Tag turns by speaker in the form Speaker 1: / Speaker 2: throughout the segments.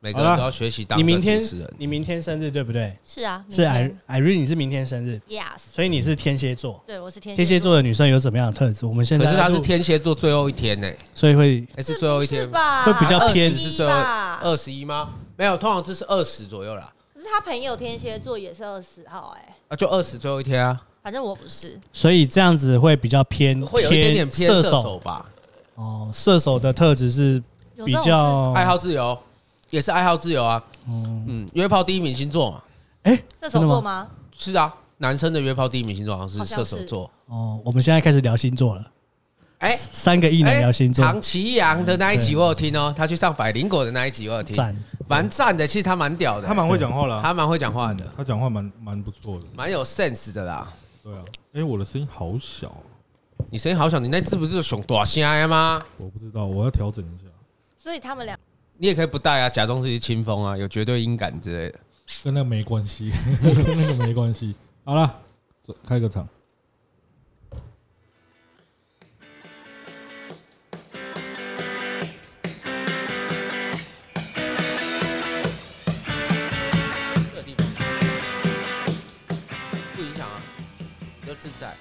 Speaker 1: 每个人都要学习当
Speaker 2: 你
Speaker 1: 个
Speaker 2: 明
Speaker 1: 主
Speaker 2: 天
Speaker 1: 持人。
Speaker 2: 你明天生日对不对？
Speaker 3: 是啊，
Speaker 2: 是
Speaker 3: 明
Speaker 2: I
Speaker 3: 天
Speaker 2: Irene，你是啊明天生日，
Speaker 3: Yes，
Speaker 2: 所以你是天蝎座。
Speaker 3: 对我是天
Speaker 2: 天蝎座的女生有怎么样的特质？我们现在
Speaker 1: 可是他是
Speaker 2: 录，
Speaker 1: 天蝎座最后一天呢、
Speaker 2: 所以会
Speaker 1: 还是最后一
Speaker 3: 是
Speaker 1: 天？
Speaker 3: 吧？
Speaker 2: 会比较偏
Speaker 3: 21
Speaker 1: 是最后
Speaker 3: 吧
Speaker 1: 二十一吗？没有，通常这是二十左右啦。
Speaker 3: 可是他朋友天蝎座也是二十号哎、
Speaker 1: 啊，就二十最后一天啊，
Speaker 3: 反正我不是，
Speaker 2: 所以这样子会比较偏
Speaker 1: 会有一点点偏
Speaker 2: 射
Speaker 1: 射
Speaker 2: 手
Speaker 1: 手吧，
Speaker 2: 哦。射手的特质是
Speaker 3: 有这
Speaker 2: 比
Speaker 3: 种
Speaker 2: 较
Speaker 1: 爱好自由，也是爱好自由啊。嗯，约炮第一名星座嘛，
Speaker 3: 事射手座吗？
Speaker 1: 是啊，男生的约炮第一名星座好像
Speaker 3: 好
Speaker 1: 是
Speaker 3: 像
Speaker 1: 射
Speaker 3: 是
Speaker 1: 手座。
Speaker 2: 哦。我们现在开始聊星座了，
Speaker 1: 哎，
Speaker 2: 三个异能聊星座，嗯
Speaker 1: 唐奇阳的那一集我有听哦，他去上百灵果的那一集我有听，
Speaker 2: 赞。
Speaker 1: 蛮赞的。其实他蛮屌的，
Speaker 4: 他蛮会讲话啦，
Speaker 1: 他蛮会讲话
Speaker 2: 嗯
Speaker 1: 的，
Speaker 4: 他讲话蛮蛮不错的。
Speaker 1: 蛮有 sense 的啦。
Speaker 4: 对啊，哎，我的声音好小啊，
Speaker 1: 你声音好小，你那只不是熊大声的吗？
Speaker 4: 我不知道，我要调整一下。
Speaker 3: 所以他们俩
Speaker 1: 你也可以不戴啊，假装自己清风啊，有绝对音感之类的。
Speaker 4: 跟那个没关系， 跟那个没关系。好了，走开个场。
Speaker 1: 这个地方不影响啊，比较自在。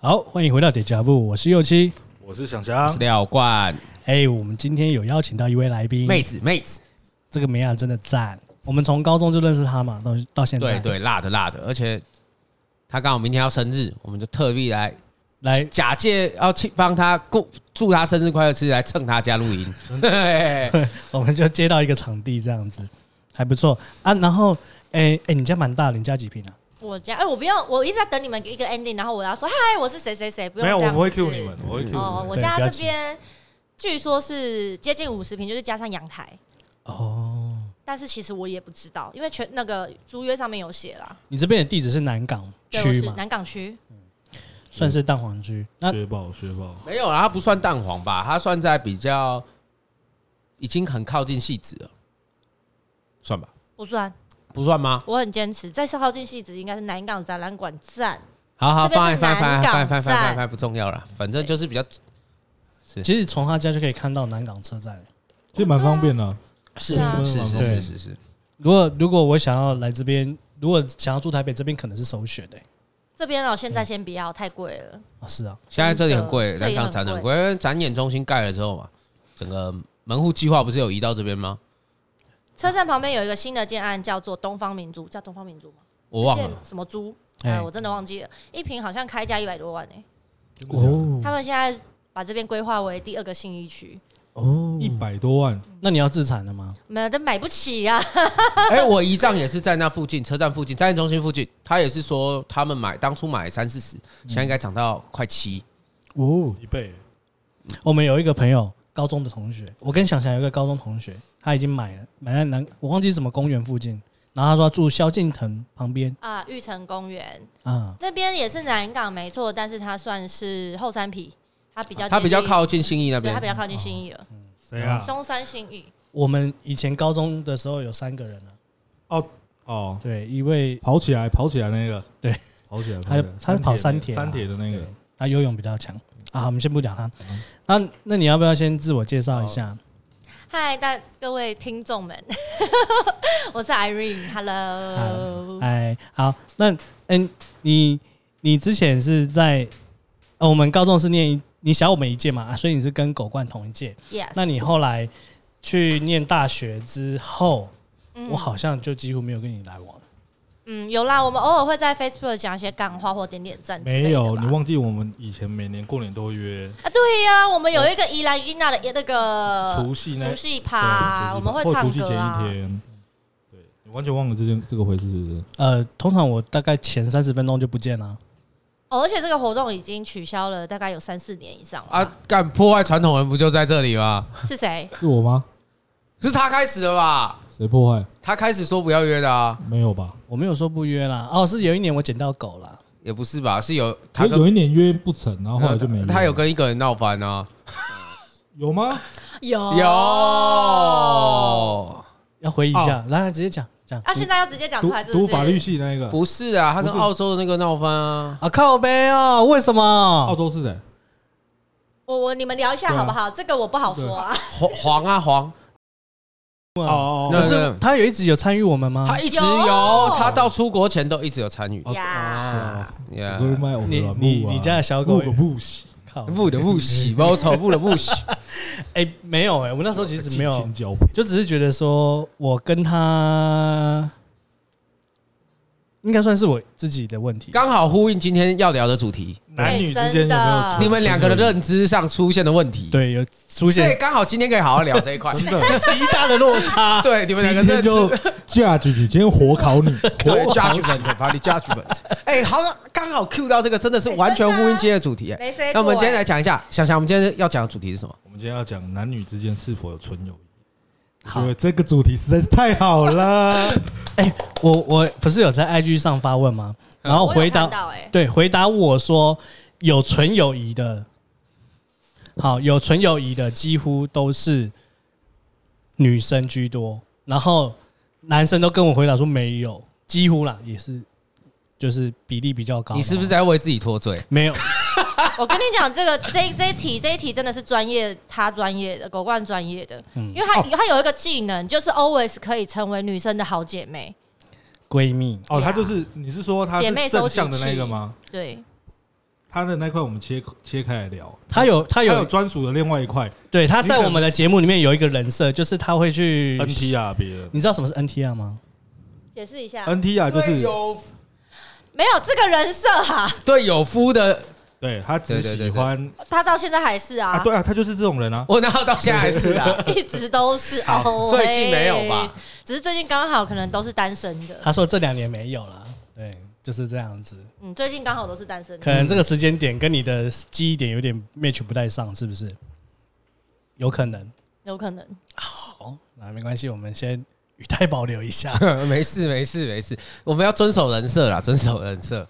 Speaker 2: 好，欢迎回到点加布，我是右七。
Speaker 4: 我是想想
Speaker 1: 是，廖冠
Speaker 2: 哎、我们今天有邀请到一位来宾，
Speaker 1: 妹子妹子，
Speaker 2: 这个美雅真的赞。我们从高中就认识她嘛，到到现在，
Speaker 1: 对，对，辣的辣的，而且他刚好明天要生日，我们就特地来
Speaker 2: 来
Speaker 1: 假借要去帮他过祝他生日快乐，其实来蹭他家录 音。嘿
Speaker 2: 我们就接到一个场地这样子，还不错啊。然后，哎、哎、你家蛮大的，你家几平啊？
Speaker 3: 我家哎、我不用，我一直在等你们一个 ending，然后我要说嗨，我是谁谁谁，不用
Speaker 4: 没有，
Speaker 3: 这
Speaker 4: 我
Speaker 3: 样
Speaker 4: 不会
Speaker 3: 是不
Speaker 4: Q
Speaker 3: 是
Speaker 4: 你们，我会 Q 你
Speaker 3: 哦，
Speaker 4: 们。
Speaker 3: 我
Speaker 2: 对
Speaker 3: 家
Speaker 2: 不要
Speaker 3: 这
Speaker 2: 急
Speaker 3: 边据说是接近五十平，就是加上阳台。
Speaker 2: 哦，
Speaker 3: 但是其实我也不知道，因为全那个租约上面有写啦，
Speaker 2: 你这边的地址是南港
Speaker 3: 对，我
Speaker 2: 区
Speaker 3: 是
Speaker 2: 嘛，
Speaker 3: 南港区，
Speaker 2: 算是蛋黄区。那
Speaker 4: 学宝，学宝，
Speaker 1: 没有啦，他不算蛋黄吧？他算在比较已经很靠近戏子了，算吧？
Speaker 3: 不算，
Speaker 1: 不算吗？
Speaker 3: 我很坚持，在靠近戏子应该是南港展览馆站，
Speaker 1: 好好，
Speaker 3: 这边
Speaker 1: 翻
Speaker 3: 是
Speaker 1: 翻翻
Speaker 3: 南港
Speaker 1: 翻翻翻
Speaker 3: 站
Speaker 1: 翻，不重要了，反正就是比较
Speaker 2: 其实从他家就可以看到南港车站。
Speaker 4: 其实蛮方便的。
Speaker 1: 是
Speaker 3: 对啊
Speaker 1: 是是
Speaker 4: 对
Speaker 1: 是是是，
Speaker 2: 如果如果我想要来这边，如果想要住台北，这边可能是首选的、
Speaker 3: 这边哦，现
Speaker 1: 嗯
Speaker 3: 在先不要，太贵了。
Speaker 2: 啊，是啊，
Speaker 1: 现在这里很贵，
Speaker 3: 真的
Speaker 1: 南港展
Speaker 3: 这
Speaker 1: 很
Speaker 3: 里很
Speaker 1: 贵，因为展演中心盖了之后嘛，整个门户计划不是有移到这边吗？
Speaker 3: 车站旁边有一个新的建案，叫做东方明珠，叫东方明珠吗？
Speaker 1: 我忘
Speaker 3: 建
Speaker 1: 了，
Speaker 3: 什么珠？
Speaker 2: 哎
Speaker 3: 哎，我真的忘记了，一平好像开价一百多万哎。
Speaker 1: 嗯
Speaker 4: 哦，
Speaker 3: 他们现在把这边规划为第二个信义区，
Speaker 2: 哦
Speaker 4: 一百多万，
Speaker 2: 那你要自产了吗？
Speaker 3: 没有都买不起啊。
Speaker 1: 哎、我姨丈也是在那附近，车站附近，展演中心附近。他也是说，他们买当初买三四十，现在应该涨到快七。
Speaker 2: 哦，
Speaker 4: 一倍。
Speaker 2: 我们有一个朋友，高中的同学，我跟想想有一个高中同学，他已经买了，买在南，我忘记是什么公园附近，然后他说他住萧敬腾旁边
Speaker 3: 啊，玉成公园
Speaker 2: 啊，
Speaker 3: 那边也是南港没错，但是它算是后山皮，它比较
Speaker 1: 他比较
Speaker 3: 接近，
Speaker 1: 靠近信义那
Speaker 3: 对，它
Speaker 1: 边嗯
Speaker 3: 比，较靠近信义了，
Speaker 4: 谁啊？
Speaker 3: 松山信义。
Speaker 2: 我们以前高中的时候有三个人啊，
Speaker 4: 哦，
Speaker 2: 对，一位
Speaker 4: 跑起来，跑起来那个。
Speaker 2: 对，
Speaker 4: 跑起来。
Speaker 2: 他他跑
Speaker 4: 三铁
Speaker 2: 三铁
Speaker 4: 的
Speaker 2: 啊
Speaker 4: 三铁的那个
Speaker 2: 对。他游泳比较强啊，我们先不讲他，那那你要不要先自我介绍一下？
Speaker 3: 嗨，大各位听众们， 我是 Irene，Hello。
Speaker 2: 哎，好，那嗯，你你之前是在、呃我们高中是念一你小我们一届嘛、啊所以你是跟狗冠同一届。
Speaker 3: Yes，
Speaker 2: 那你后来去念大学之后，
Speaker 3: 嗯
Speaker 2: 我好像就几乎没有跟你来往了。
Speaker 3: 嗯，有啦，我们偶尔会在 Facebook 讲一些干话或点点赞之类的吧。
Speaker 4: 没有，你忘记我们以前每年过年都会约
Speaker 3: 啊？对呀、我们有一个宜兰伊娜的那个
Speaker 4: 除夕那对
Speaker 3: 除夕
Speaker 4: 除夕
Speaker 3: 啊趴，我们会
Speaker 4: 或
Speaker 3: 唱
Speaker 4: 除夕前
Speaker 3: 歌啊
Speaker 4: 一。天。对，你完全忘了这件这个回事是不是？
Speaker 2: 呃，通常我大概前三十分钟就不见了。
Speaker 3: 哦，而且这个活动已经取消了，大概有三四年以上了。
Speaker 1: 啊，干破坏传统文不就在这里吗？
Speaker 4: 啊
Speaker 3: 是谁？
Speaker 4: 是我吗？
Speaker 1: 是他开始的吧？
Speaker 4: 谁破坏？
Speaker 1: 他开始说不要约的啊，
Speaker 4: 没有吧？
Speaker 2: 我没有说不约啦，哦，是有一年我捡到狗啦，
Speaker 1: 也不是吧？是有他
Speaker 4: 他
Speaker 1: 跟
Speaker 4: 有一年约不成，
Speaker 5: 哦
Speaker 4: 然后后来就没约。
Speaker 1: 呃他有跟一个人闹翻啊，
Speaker 4: 有吗？
Speaker 3: 有
Speaker 1: 有
Speaker 2: 要回忆一
Speaker 1: 哦
Speaker 2: 下，来直接讲讲
Speaker 3: 啊！现在要直接讲
Speaker 4: 读
Speaker 3: 出来是不是？
Speaker 4: 读法律系那一个，
Speaker 1: 不是啊？他跟
Speaker 4: 不是
Speaker 1: 澳洲的那个闹翻啊，
Speaker 2: 啊，靠背哦，为什么？
Speaker 4: 澳洲是谁？
Speaker 3: 我我你们聊一下
Speaker 4: 对啊
Speaker 3: 好不好？这个我不好说啊。
Speaker 1: 黄黄啊黄，
Speaker 4: 哦
Speaker 2: 不
Speaker 1: 那
Speaker 2: 是
Speaker 1: 对
Speaker 2: 他有一直有参与我们吗？
Speaker 1: 他一直
Speaker 3: 有
Speaker 1: 有，他到出国前都一直有参与。
Speaker 4: 啊哦
Speaker 3: 呀，
Speaker 1: Yeah
Speaker 4: 都是卖我
Speaker 2: 你你你家的小
Speaker 4: 啊不
Speaker 2: 狗欸
Speaker 4: 个不行，
Speaker 2: 靠
Speaker 1: 不的不喜，不丑不的不喜。
Speaker 2: 哎、没有哎、我们那时候其实没
Speaker 1: 啊
Speaker 2: 有，
Speaker 4: 青椒
Speaker 2: 就只是觉得说我跟他应该算是我自己的问题。
Speaker 1: 刚好呼应今天要聊的主题，
Speaker 4: 男女之间
Speaker 2: 哎
Speaker 4: 有没
Speaker 5: 啊
Speaker 4: 有？
Speaker 1: 你们两个的认知上出现的问题，
Speaker 2: 对，有出
Speaker 1: 所以
Speaker 2: 现
Speaker 1: 刚好今天可以好好聊这一块。
Speaker 4: 真的，
Speaker 2: 极大的落差。
Speaker 1: 对，你们两个
Speaker 4: 今天
Speaker 1: 认
Speaker 4: 就
Speaker 1: 知，
Speaker 4: 嫁进去，今天火烤你，
Speaker 1: 对
Speaker 4: 火烤你
Speaker 1: judgment，把你 judgment。哎， 好，刚好 Q 到这个，真的是完全呼应今天的主题。哎
Speaker 3: 没 say
Speaker 1: 那我们
Speaker 3: 过
Speaker 1: 今天
Speaker 3: 哎
Speaker 1: 来讲一下，想想我们今天要讲的主题是什么？
Speaker 4: 我们今天要讲男女之间是否有纯友谊，我
Speaker 2: 好
Speaker 4: 觉得这个主题实在是太好了。
Speaker 2: 我我不是有在 IG 上发问吗？
Speaker 1: 嗯
Speaker 2: 然后
Speaker 3: 我有
Speaker 2: 回
Speaker 3: 看
Speaker 2: 答
Speaker 3: 到 哎，
Speaker 2: 对回答我说有纯友谊的，好有纯友谊的几乎都是女生居多，然后男生都跟我回答说没有，几乎啦也是就是比例比较高。
Speaker 1: 你是不是在为自己脱罪？
Speaker 2: 没有？
Speaker 3: 我跟你讲，这个这这一题这一题真的是专业，他专业的狗冠专业的，
Speaker 2: 嗯
Speaker 3: 因为他他有一个技能，就是 always 可以成为女生的好姐妹。
Speaker 2: 闺蜜
Speaker 4: 哦，他就是你是说他
Speaker 3: 啊姐
Speaker 4: 是
Speaker 3: 妹
Speaker 4: 正
Speaker 3: 收集
Speaker 4: 向的那
Speaker 3: 器
Speaker 4: 个吗？
Speaker 3: 对，
Speaker 4: 他的那块我们切切开来聊，
Speaker 2: 他有他
Speaker 4: 他有
Speaker 2: 有
Speaker 4: 专属的另外一块
Speaker 2: 对他在
Speaker 4: 你可
Speaker 2: 我们的节目里面有一个人设，就是他会去
Speaker 4: NTR 别人
Speaker 2: 你知道什么是 NTR 吗？
Speaker 3: 解释一下，
Speaker 5: 嗯
Speaker 4: ，NTR 就是
Speaker 1: 有
Speaker 3: 没有这个人设啊哈、
Speaker 1: 对有夫的，
Speaker 4: 对他只
Speaker 1: 对对对
Speaker 4: 喜欢
Speaker 3: 他到现在还是啊，
Speaker 4: 啊，对啊，他就是这种人啊。
Speaker 1: 我哪有到现在还是啊？
Speaker 3: 一直都是哦，
Speaker 1: 最近没有吧？
Speaker 3: 只是最近刚好可能都是单身的，
Speaker 2: 他说这两年没有啦，对，就是这样子。
Speaker 3: 嗯，最近刚好都是单身
Speaker 2: 可
Speaker 3: 的。
Speaker 2: 能这个时间点跟你的记忆点有点 match 不太上，是不是？有可能。
Speaker 3: 有可能，
Speaker 2: 好，那没关系，我们先语态保留一 下。
Speaker 1: 没事没事没事，我们要遵守人设啦，遵守人设。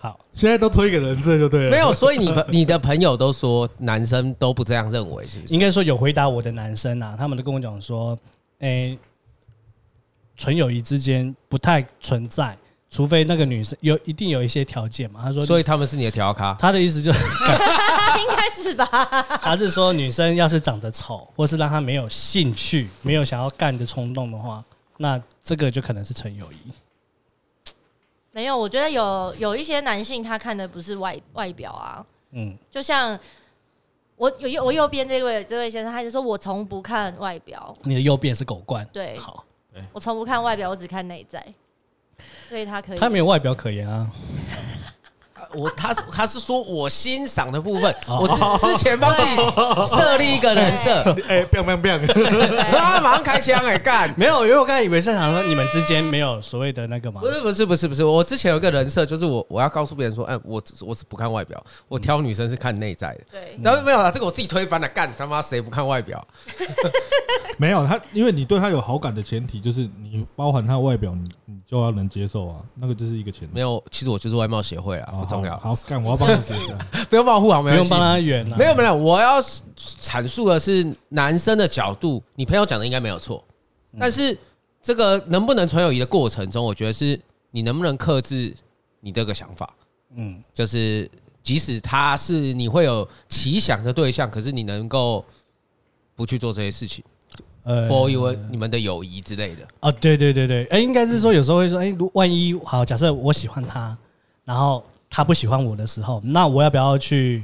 Speaker 2: 好，
Speaker 4: 现在都推给人设就对了，
Speaker 1: 没有，所以你朋你的朋友都说男生都不这样认为，是不是？
Speaker 2: 应该说有回答我的男生啊，他们都跟我讲说，诶、纯友谊之间不太存在，除非那个女生有一定有一些条件嘛。他说，
Speaker 1: 所以他们是你的调咖，
Speaker 2: 他的意思就是，
Speaker 3: 应该是吧？
Speaker 2: 他是说女生要是长得丑，或是让她没有兴趣、没有想要干的冲动的话，那这个就可能是纯友谊。
Speaker 3: 没有，我觉得有有一些男性他看的不是外外表啊，
Speaker 2: 嗯，
Speaker 3: 就像我有右我右边这位这位先生，他就说我从不看外表，
Speaker 2: 你的右边是狗冠，
Speaker 3: 对
Speaker 2: 好。
Speaker 3: 我从不看外表，我只看内在，所以他可以。
Speaker 2: 他没有外表可言啊，
Speaker 1: 我他是他是说我欣赏的部分，
Speaker 2: 哦
Speaker 1: 我之之前帮你设立一个人设，
Speaker 4: 哎，biang biang biang，
Speaker 1: 啊，马上开枪哎、干！
Speaker 2: 没有，因为我刚才以为是想说你们之间没有所谓的那个嘛
Speaker 1: 不，是不是不是不是，我之前有一个人设，就是我我要告诉别人说，哎、我我是不看外表，我挑女生是看内在的。
Speaker 3: 对
Speaker 1: 但是没有啦，这个我自己推翻了，干他妈谁不看外表？
Speaker 4: 没有他，因为你对他有好感的前提就是你包含他的外表，你你就要能接受啊，那个就是一个前提
Speaker 1: 没。有，其实我就是外貌协会啊，
Speaker 4: 好
Speaker 1: 不重要，
Speaker 4: 好，好干，我要帮你解释。啊
Speaker 1: 不用帮我护航，
Speaker 2: 哦不
Speaker 1: 没关
Speaker 2: 用
Speaker 1: 系
Speaker 2: 帮他圆啊。
Speaker 1: 没有没有，我要阐述的是男生的角度，你朋友讲的应该没有错，但是这个能不能纯友谊的过程中，我觉得是你能不能克制你这个想法，
Speaker 2: 嗯，
Speaker 1: 就是即使他是你会有奇想的对象，可是你能够不去做这些事情
Speaker 2: 呃
Speaker 1: ，for you 你们的友谊之类的。
Speaker 2: 哦，对对对对，哎，应该是说有时候会说，哎，如万一好，假设我喜欢他，然后他不喜欢我的时候，那我要不要去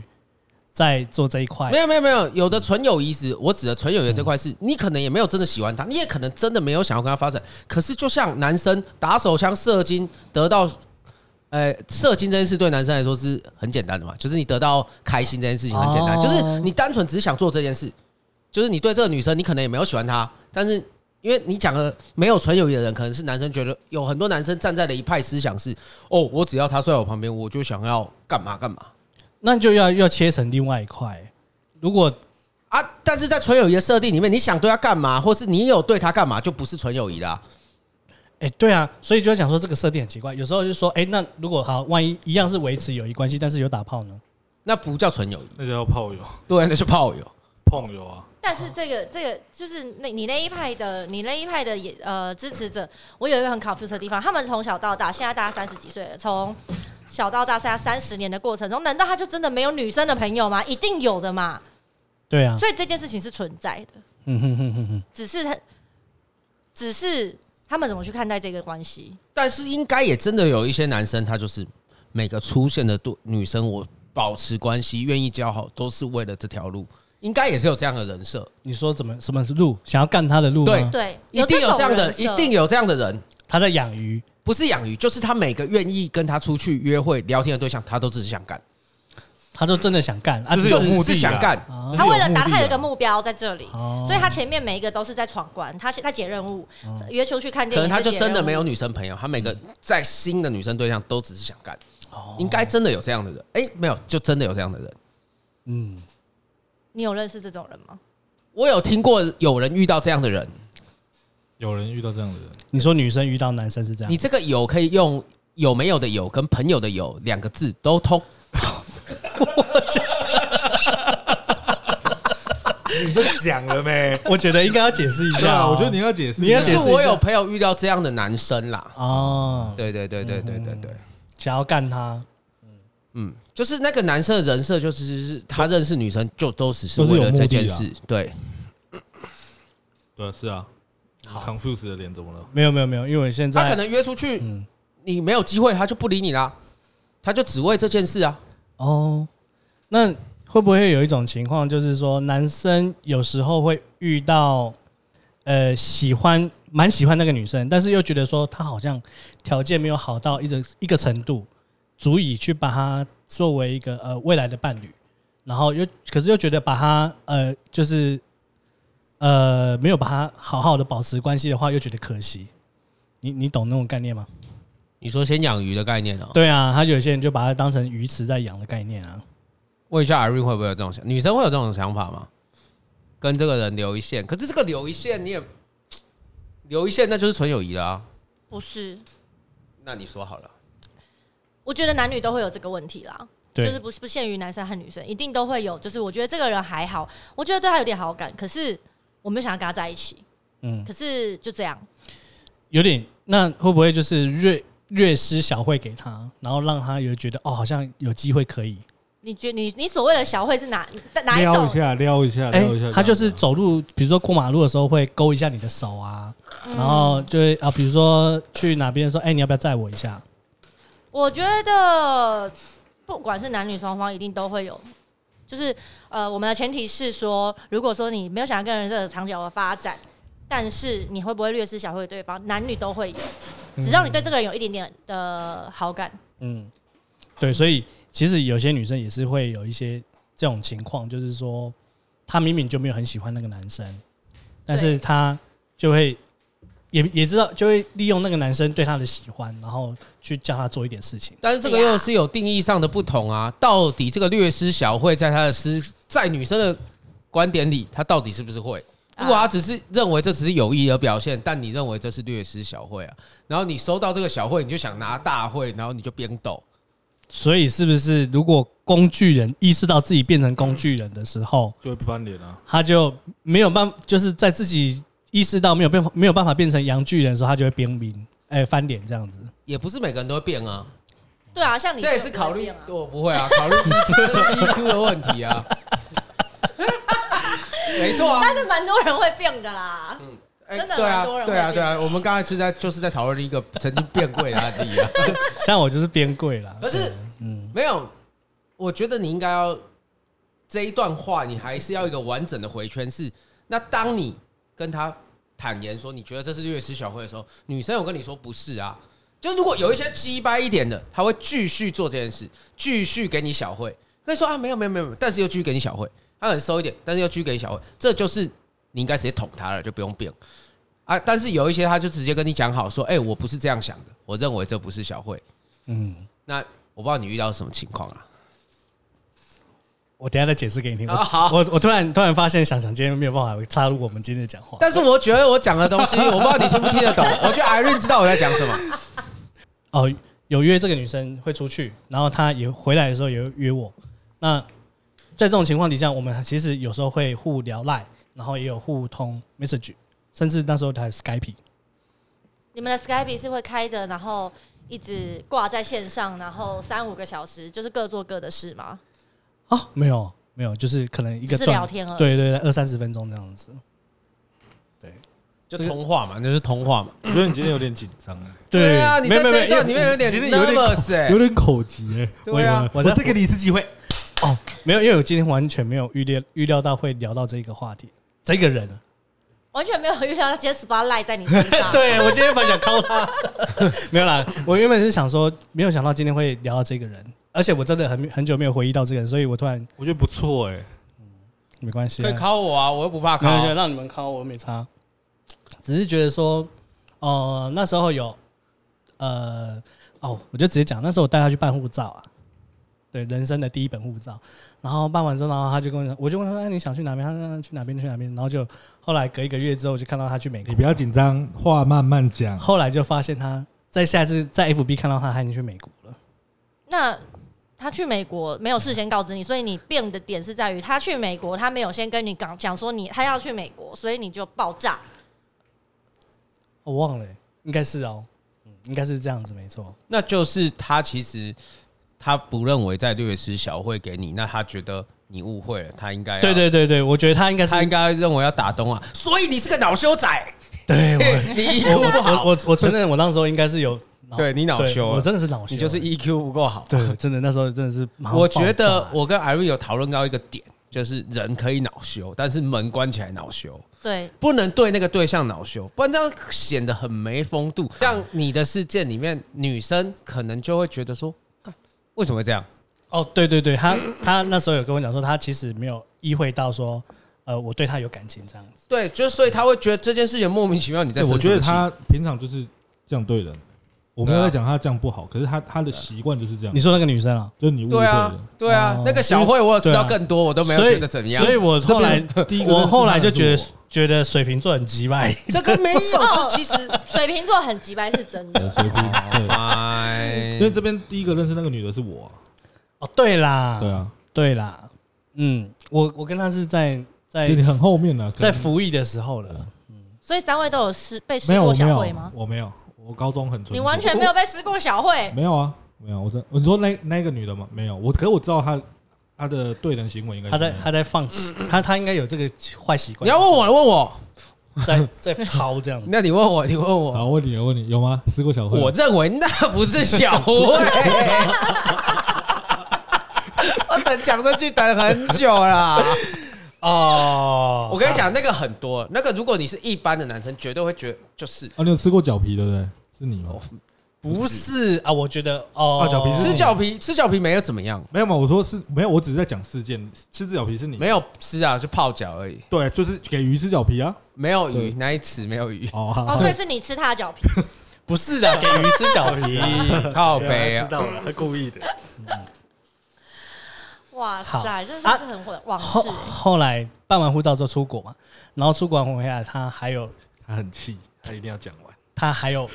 Speaker 2: 再做这一块
Speaker 1: 没？有没有没有，有的纯友谊是，我指的纯友谊这块是，你可能也没有真的喜欢他，你也可能真的没有想要跟他发展。可是就像男生打手枪射精得到，呃，射精这件事对男生来说是很简单的嘛，就是你得到开心这件事情很简单，
Speaker 2: 哦
Speaker 1: 就是你单纯只想做这件事，就是你对这个女生你可能也没有喜欢她，但是。因为你讲的没有纯友谊的人，可能是男生觉得有很多男生站在的一派思想是，哦，我只要她睡在我旁边，我就想要干嘛干嘛。
Speaker 2: 那就要要切成另外一块。如果
Speaker 1: 啊，但是在纯友谊的设定里面，你想对他干嘛，或是你有对他干嘛，就不是纯友谊啦、
Speaker 2: 哎、对啊，所以就讲说这个设定很奇怪。有时候就说，哎、那如果好，万一一样是维持友谊关系，但是有打炮呢？
Speaker 1: 那不叫纯友谊，
Speaker 4: 那叫炮 友，
Speaker 1: 对，那是炮友。
Speaker 4: 碰友啊，
Speaker 3: 但是这个这个就是那你那一派的你那一派的也呃支持者，我有一个很 confused 的地方，他们从小到大，现在大家三十几岁了，从小到大三三十年的过程中，难道他就真的没有女生的朋友吗？一定有的嘛。
Speaker 2: 对啊，
Speaker 3: 所以这件事情是存在的，
Speaker 2: 嗯哼哼哼哼，
Speaker 3: 只是他，只是他们怎么去看待这个关系？
Speaker 1: 但是应该也真的有一些男生，他就是每个出现的对女生，我保持关系，愿意交好，都是为了这条路，应该也是有这样的人设，
Speaker 2: 你说怎么什么是路？想要干他的路吗？
Speaker 1: 对
Speaker 3: 对，
Speaker 1: 一定有这样的，
Speaker 3: 种人
Speaker 1: 一
Speaker 3: 设
Speaker 1: 定有这样的人，
Speaker 2: 他在养鱼，
Speaker 1: 不是养鱼，就是他每个愿意跟他出去约会聊天的对象，他都只是想干，
Speaker 2: 他就真的想干啊，
Speaker 4: 就
Speaker 2: 只
Speaker 4: 是
Speaker 2: 有
Speaker 4: 有
Speaker 1: 就
Speaker 4: 目
Speaker 1: 只
Speaker 4: 的
Speaker 1: 是想
Speaker 4: 啦
Speaker 1: 干。
Speaker 2: 啊，
Speaker 3: 他为了达
Speaker 4: 这是有目的的
Speaker 3: 他有一个目标在这里，
Speaker 2: 哦
Speaker 3: 所以他前面每一个都是在闯关，他他解任务，约出去看
Speaker 1: 哦可
Speaker 3: 电
Speaker 1: 能他
Speaker 3: 影，
Speaker 1: 就
Speaker 3: 解
Speaker 1: 真的
Speaker 3: 任务
Speaker 1: 没有女生朋友，他每
Speaker 4: 嗯
Speaker 1: 个在新的女生对象都只是想干，
Speaker 4: 哦
Speaker 1: 应该真的有这样的人。哎，没有，就真的有这样的人。
Speaker 2: 嗯，
Speaker 3: 你有认识这种人吗？
Speaker 1: 我有听过有人遇到这样的人，
Speaker 4: 啊有人遇到这样的人，
Speaker 2: 你说女生遇到男生是这样
Speaker 1: 你，这个有可以用有没有的有跟朋友的有两个字都通，
Speaker 4: 你就讲了呗。
Speaker 2: 我觉得应该要解释一
Speaker 4: 对
Speaker 2: 下
Speaker 4: 啊，
Speaker 2: 哦，
Speaker 4: 我觉得你要解释，
Speaker 2: 你要
Speaker 1: 但
Speaker 2: 解
Speaker 1: 是
Speaker 2: 释一下
Speaker 1: 我有朋友遇到这样的男生啦。
Speaker 2: 哦，
Speaker 1: 对对对对对对
Speaker 4: 嗯
Speaker 1: 对，
Speaker 2: 想要干他，
Speaker 1: 嗯，就是那个男生的人设，就是是他认识女生就都只是
Speaker 4: 都是
Speaker 1: 为
Speaker 4: 有
Speaker 1: 了
Speaker 4: 目
Speaker 1: 这
Speaker 4: 的
Speaker 1: 件
Speaker 4: 啊
Speaker 1: 事，对，
Speaker 4: 对啊，是啊。confuse 的脸怎么了？
Speaker 2: 没有没有没有，因为我现
Speaker 1: 他可
Speaker 2: 在
Speaker 1: 能约出去，
Speaker 2: 嗯
Speaker 1: 你没有机会，他就不理你啦，他就只为这件事啊。
Speaker 2: 哦，那会不会有一种情况，就是说男生有时候会遇到呃喜欢蛮喜欢那个女生，但是又觉得说她好像条件没有好到一个一个程度，足以去把她作为一个呃未来的伴侣，然后又可是又觉得把她呃就是呃没有把她好好的保持关系的话，又觉得可惜。你你懂那种概念吗？
Speaker 1: 你说先养鱼的概念哦、
Speaker 2: 对啊，他有些人就把它当成鱼池在养的概念啊。
Speaker 1: 问一下 Irene 会不会有这种想，女生会有这种想法吗？跟这个人留一线，可是这个留一线你也留一线，那就是纯友谊了啊。
Speaker 3: 不是，
Speaker 1: 那你说好了，
Speaker 3: 我觉得男女都会有这个问题啦，就
Speaker 2: 对，
Speaker 3: 是不是不限于男生和女生，一定都会有。就是我觉得这个人还好，我觉得对他有点好感，可是我没有想要跟他在一起，
Speaker 2: 嗯，
Speaker 3: 可是就这样。
Speaker 2: 有点，那会不会就是略略施小惠给他，然后让他有觉得哦，好像有机会可以？
Speaker 3: 你觉你你所谓的小慧是哪哪一
Speaker 4: 撩一
Speaker 3: 种？
Speaker 4: 下，撩一下，
Speaker 2: 哎、
Speaker 4: 撩一下。
Speaker 2: 他就
Speaker 4: 这
Speaker 2: 是
Speaker 4: 样子
Speaker 2: 走路，比如说过马路的时候会勾一下你的手啊，然后就会啊，比如说去哪边说，哎、你要不要载我一下？
Speaker 3: 我觉得不管是男女双方，一定都会有。就是呃，我们的前提是说，如果说你没有想要跟人这个长久的发展，但是你会不会略施小惠对方？男女都会有，只要你对这个人有一点点的好感，
Speaker 2: 嗯，对，所以其实有些女生也是会有一些这种情况，就是说她明明就没有很喜欢那个男生，但是
Speaker 3: 对
Speaker 2: 她就会也也知道，就会利用那个男生对她的喜欢，然后去叫他做一点事情。
Speaker 1: 但是这个
Speaker 3: 对呀
Speaker 1: 又是有定义上的不同啊。到底这个略施小慧在她的思，在女生的观点里，她到底是不是会？如果她只是认为这只是友谊的表现，但你认为这是略施小慧啊，然后你收到这个小慧，你就想拿大慧，然后你就边抖。
Speaker 2: 所以是不是如果工具人意识到自己变成工具人的时候，
Speaker 4: 就会不翻脸啊。
Speaker 2: 他就没有办法，就是在自己意识到没有变没有办法变成洋巨人的时候，他就会边民哎、翻脸这样子。
Speaker 1: 也不是每个人都会变啊，
Speaker 3: 对啊，像你
Speaker 1: 这也
Speaker 3: 就是不会
Speaker 1: 考虑
Speaker 3: 变啊
Speaker 1: 我不会啊，考虑 这是 EQ 的问题啊， 没错啊，
Speaker 3: 但是蛮多人会变的啦。
Speaker 1: 哎
Speaker 3: 真的
Speaker 1: 对啊
Speaker 3: 蛮多人，会
Speaker 1: 对啊，
Speaker 3: 变
Speaker 1: 对啊，我们刚才是在就是在讨论一个曾经变贵的案例啊，
Speaker 2: 像我就是边跪啦，
Speaker 1: 可是
Speaker 2: 嗯，
Speaker 1: 没有，我觉得你应该要这一段话，你还是要一个完整的回圈是，那当你跟他坦言说你觉得这是略施小惠的时候，女生有跟你说不是啊，就如果有一些鸡掰一点的，他会继续做这件事，继续给你小惠，可以说啊没有没有没有，没有但是又继续给你小惠，他很收一点，但是又继续给你小惠，这就是你应该直接捅他了，就不用变。啊！但是有一些他就直接跟你讲好说，哎、我不是这样想的，我认为这不是小惠。
Speaker 2: 嗯，
Speaker 1: 那我不知道你遇到什么情况啊？
Speaker 2: 我等一下再解释给你听。我
Speaker 1: 啊好
Speaker 2: 我我突然突然发现，想想今天没有办法插入我们今天的讲 话。
Speaker 1: 但是我觉得我讲的 东西，我不知道你听不听得懂。我觉得 Irene 知道我在讲什么。
Speaker 2: 哦，有约这个女生会出去，然后她也回来的时候也会约我。那在这种情况底下，我们其实有时候会互聊赖，然后也有互通 message，甚至那时候还有 Skype。
Speaker 3: 你你们的 Skype 是会开着，然后一直挂在线上，然后三五个小时，就是各做各的事吗？
Speaker 2: 啊，没有没有，就是可能一个
Speaker 3: 只是
Speaker 2: 段
Speaker 3: 聊天而已
Speaker 2: 对对对，二三十分钟这样子。
Speaker 1: 就通话嘛，就是通话嘛。
Speaker 5: 我觉得你今天有点紧张啊，
Speaker 1: 对啊，你
Speaker 2: 没
Speaker 1: 在这一
Speaker 2: 有没有
Speaker 1: 段
Speaker 2: 没有
Speaker 1: 里面有点
Speaker 5: 其实有点
Speaker 1: nervous 哎
Speaker 4: 有，点口急哎、欸。
Speaker 1: 对啊
Speaker 4: 我以为
Speaker 2: 我在
Speaker 5: 再给你一次机会。
Speaker 2: 哦，没有，因为我今天完全没有预料预料到会聊到这个话题，这个人。啊
Speaker 3: 完全没有遇到，今天 spotlight 在你身上。
Speaker 2: 对，我今天本来想靠他， 没有啦。我原本是想说，没有想到今天会聊到这个人，而且我真的很很久没有回忆到这个人，所以我突然
Speaker 5: 我觉得不错哎、
Speaker 2: 没关系啊，
Speaker 1: 可以考我啊，我又不怕
Speaker 2: 没
Speaker 1: 考。
Speaker 2: 有，就让你们考我没差，只是觉得说，哦、那时候有，呃，哦，我就直接讲，那时候我带他去办护照啊，对，人生的第一本护照，然后办完之后，然后他就跟我讲，我就问他说，哎，你想去哪边？他说啊去哪边？去哪边？然后就后来隔一个月之后，我就看到他去美
Speaker 4: 你
Speaker 2: 国，
Speaker 4: 不要紧张，话慢慢讲。
Speaker 2: 后来就发现他在下次在 FB 看到他，他已经去美国了。
Speaker 3: 那他去美国没有事先告知你，所以你变的点是在于他去美国，他没有先跟你讲讲说你他要去美国，所以你就爆炸。
Speaker 2: 我忘了欸、应该是哦，嗯，应该是这样子，没错。
Speaker 1: 那就是他其实他不认为在略施小惠给你，那他觉得你误会了，他应该要
Speaker 2: 对，对对对，我觉得他应该是
Speaker 1: 哎他应该认为要打东啊，所以你是个恼羞仔，
Speaker 2: 对 我
Speaker 1: 你 EQ 不
Speaker 2: 我
Speaker 1: 好，
Speaker 2: 我我承认，我那时候应该是有 脑
Speaker 1: 对你恼羞
Speaker 2: 对
Speaker 1: 了
Speaker 2: 我真的是恼羞，啊
Speaker 1: 你就是 EQ 不够好。
Speaker 2: 对，真的那时候真的是马上爆
Speaker 1: 我
Speaker 2: 炸，
Speaker 1: 觉得我跟艾瑞有讨论到一个点，就是人可以恼羞，但是门关起来恼羞。
Speaker 3: 对，
Speaker 1: 不能对那个对象恼羞，不然这样显得很没风度。像你的事件里面，女生可能就会觉得说，干为什么会这样？
Speaker 2: 哦，对对对，他他那时候有跟我讲说，他其实没有意会到说，呃，我对他有感情这样子。
Speaker 1: 对，就所以他会觉得这件事情莫名其妙。你在
Speaker 4: 对，
Speaker 1: 生
Speaker 4: 哎我觉得
Speaker 1: 什么
Speaker 4: 他平常就是这样对人，我没有在讲他这样不好，可是他他的习惯就是这样
Speaker 2: 你，说那个女生啊，
Speaker 4: 就是你误
Speaker 1: 气
Speaker 4: 会
Speaker 1: 对啊
Speaker 4: 了。，
Speaker 1: 对啊
Speaker 2: 哦，
Speaker 1: 那个小慧我有吃到更多，我都没有
Speaker 4: 啊
Speaker 2: 所以
Speaker 1: 觉得怎么样
Speaker 2: 所。以我后来
Speaker 4: 这边第一个认识
Speaker 2: 我后来就觉
Speaker 4: 他的
Speaker 2: 得
Speaker 4: 是
Speaker 2: 觉得水瓶座很鸡掰，
Speaker 1: 这个没有， 这 其实
Speaker 3: 水瓶座很急掰是真
Speaker 4: 对，
Speaker 3: 的。
Speaker 4: 随便
Speaker 3: 哦
Speaker 4: 对，
Speaker 1: 哎
Speaker 4: 因为这边第一个认识那个女的是我啊，
Speaker 2: 哦，对啦，
Speaker 4: 对啊，
Speaker 2: 对啦，嗯，我我跟他是在
Speaker 3: 哎
Speaker 2: 在
Speaker 4: 就你很后面啊了，可
Speaker 2: 在
Speaker 4: 能嗯
Speaker 2: 服役的时候了。
Speaker 3: 所以三位都有试被试
Speaker 4: 没有
Speaker 3: 过
Speaker 4: 我没
Speaker 3: 小慧吗
Speaker 5: 哦
Speaker 4: 有？我没有，我高中很纯洁，
Speaker 3: 你完全没有被试过小慧，
Speaker 4: 没有啊，没有，我是你说那那个女的吗？没有，我可是我知道她她的对人行为应该是
Speaker 2: 他在
Speaker 4: 那样
Speaker 2: 他在放弃，他他应该有这个坏习惯。
Speaker 1: 你要问我，你问我，
Speaker 2: 在在 抛这样子，
Speaker 1: 那你问我，你问我，
Speaker 4: 好，问你，我问你有吗？吃过小慧吗？
Speaker 1: 我认为那不是小慧。 我等讲这句等很久啦。
Speaker 2: 哦
Speaker 1: 我跟
Speaker 4: 啊
Speaker 1: 你讲，那个很多，那个如果你是一般的男生，绝对会觉得就是
Speaker 4: 啊，你有吃过脚皮对不对？是你
Speaker 2: 哦
Speaker 4: 吗？
Speaker 2: 不是啊，我觉得哦
Speaker 4: 啊，脚皮是
Speaker 1: 吃脚皮，吃脚皮没有怎么样，
Speaker 4: 没有嘛，我说是没有，我只是在讲事件。吃脚皮是你
Speaker 1: 没有吃啊，就泡脚而已，
Speaker 4: 对，就是给鱼吃脚皮啊。
Speaker 1: 没有鱼
Speaker 4: 对
Speaker 1: 那一次没有鱼，
Speaker 4: 哦，
Speaker 3: 哦，所以是你吃他的脚皮。
Speaker 2: 不是的，给鱼吃脚 皮，
Speaker 1: 靠
Speaker 5: 对
Speaker 1: 背
Speaker 5: 啊
Speaker 1: 啊
Speaker 5: 知。道了，他故意的。
Speaker 3: 哇
Speaker 2: 好
Speaker 3: 塞，真的
Speaker 2: 啊
Speaker 3: 是很往往
Speaker 2: 后
Speaker 3: 事欸。
Speaker 2: 后来办完护照之后出国嘛，然后出国完回来，他还有
Speaker 5: 他很气，他一定要讲完。
Speaker 2: 他还有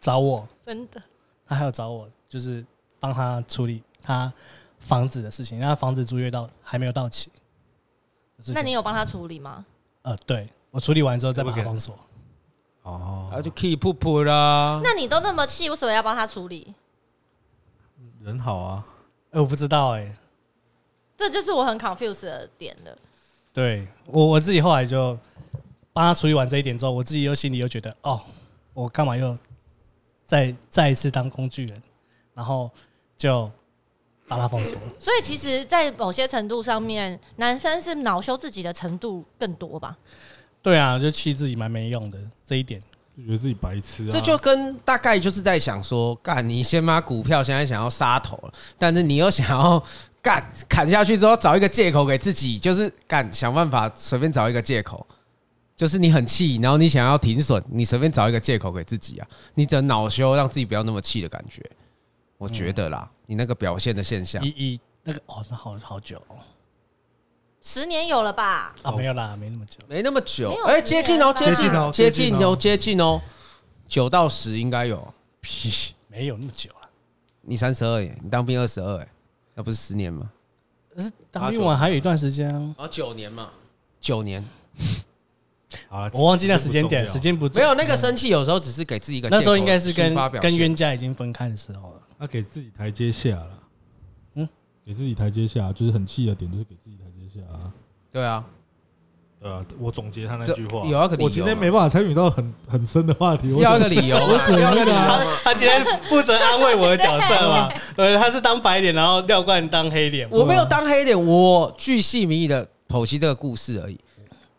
Speaker 2: 找我，
Speaker 3: 真的，
Speaker 2: 他还有找我，就是帮他处理他房子的事情，因为他房子租约到还没有到期的事情。
Speaker 3: 那你有帮他处理吗？
Speaker 2: 呃，对我处理完之后再把它封锁。
Speaker 5: 哦
Speaker 1: 啊，就 keep 噗噗啦。
Speaker 3: 那你都那么气，为什么要帮他处理？
Speaker 5: 人好啊，
Speaker 2: 哎、我不知道哎、
Speaker 3: 这就是我很 confused 的点了。
Speaker 2: 对我我自己后来就帮他处理完这一点之后，我自己又心里又觉得，哦，我干嘛又再再一次当工具人，然后就把他封锁了。
Speaker 3: 所以其实，在某些程度上面，男生是恼羞自己的程度更多吧？
Speaker 2: 对啊，就气自己蛮没用的这一点。
Speaker 4: 就觉得自己白痴啊。
Speaker 1: 这就跟大概就是在想说，干你先把股票现在想要杀头了，但是你又想要干砍下去之后找一个借口给自己，就是干想办法随便找一个借口，就是你很气，然后你想要停损，你随便找一个借口给自己啊，你只能恼羞，让自己不要那么气的感觉。我觉得啦，你那个表现的现
Speaker 4: 嗯
Speaker 1: 象，
Speaker 2: 以以那个哦，那好好久哦
Speaker 3: 十年有了吧？
Speaker 1: 哦
Speaker 2: 啊，没有啦，没那么久。
Speaker 1: 没那么久
Speaker 3: 没有，
Speaker 1: 哎，
Speaker 3: 十
Speaker 1: 接
Speaker 3: 年
Speaker 1: 近哦，
Speaker 3: 吧
Speaker 1: 接近哦，接
Speaker 4: 接近
Speaker 1: 近
Speaker 4: 哦
Speaker 1: 哦，接近哦，九到十应该有。
Speaker 2: 屁，没有那么久了。
Speaker 1: 你三十二耶，你当兵二十二哎，那不是十年吗？
Speaker 2: 但是当兵完还有一段时间啊。
Speaker 1: 然后九年嘛，九年，
Speaker 5: 好了，
Speaker 2: 我忘记那时间点，时
Speaker 5: 这不重要
Speaker 2: 间不重
Speaker 1: 没
Speaker 2: 要
Speaker 1: 有那个生气，有时候只是给自己一个借口
Speaker 2: 那时候应该是跟
Speaker 1: 抒发表
Speaker 2: 跟
Speaker 1: 现
Speaker 2: 冤家已经分开的时候了。
Speaker 4: 他给自己台阶下了，
Speaker 2: 嗯
Speaker 4: 嗯，给自己台阶下，就是很气的点，就是给自己台阶下啊。
Speaker 1: 对啊，
Speaker 5: 对啊，我总结他那
Speaker 1: 这
Speaker 5: 句话，
Speaker 1: 有一个理由嘛，
Speaker 4: 我今天没办法参与到很很深的话题，我
Speaker 1: 要一个理由 嘛，
Speaker 4: 只能
Speaker 1: 要一个理由
Speaker 2: 他
Speaker 1: 嘛。
Speaker 2: 他今天负责安慰我的角色 嘛？呃，他是当白脸，然后廖冠当黑脸。
Speaker 1: 我没有，当黑脸，我巨细靡遗的剖析这个故事而已。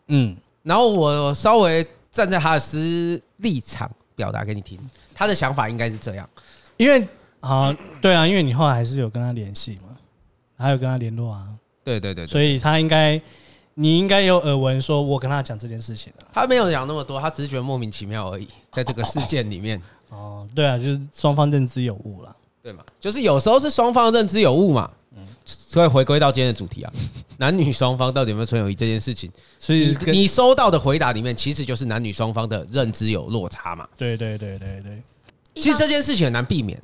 Speaker 2: 嗯，
Speaker 1: 然后我稍微站在他的私立场表达给你听，他的想法应该是这样。
Speaker 2: 因为好对啊，因为你后来还是有跟他联系嘛，还有跟他联络啊，
Speaker 1: 对对对对，
Speaker 2: 所以他应该你应该有耳闻，说我跟他讲这件事情啊的。
Speaker 1: 他没有讲那么多，他只是觉得莫名其妙而已，在这个事件里 面，
Speaker 2: 哦，对啊，就是双方认知有误了。
Speaker 1: 对嘛？就是有时候是双方认知有误嘛。
Speaker 2: 嗯
Speaker 1: 所以回归到今天的主题啊，男女双方到底有没有纯友谊这件事情，
Speaker 2: 所以
Speaker 1: 你
Speaker 2: 跟
Speaker 1: 你收到的回答里面，其实就是男女双方的认知有落差嘛。
Speaker 2: 对对对对对，
Speaker 1: 其实这件事情很难避免，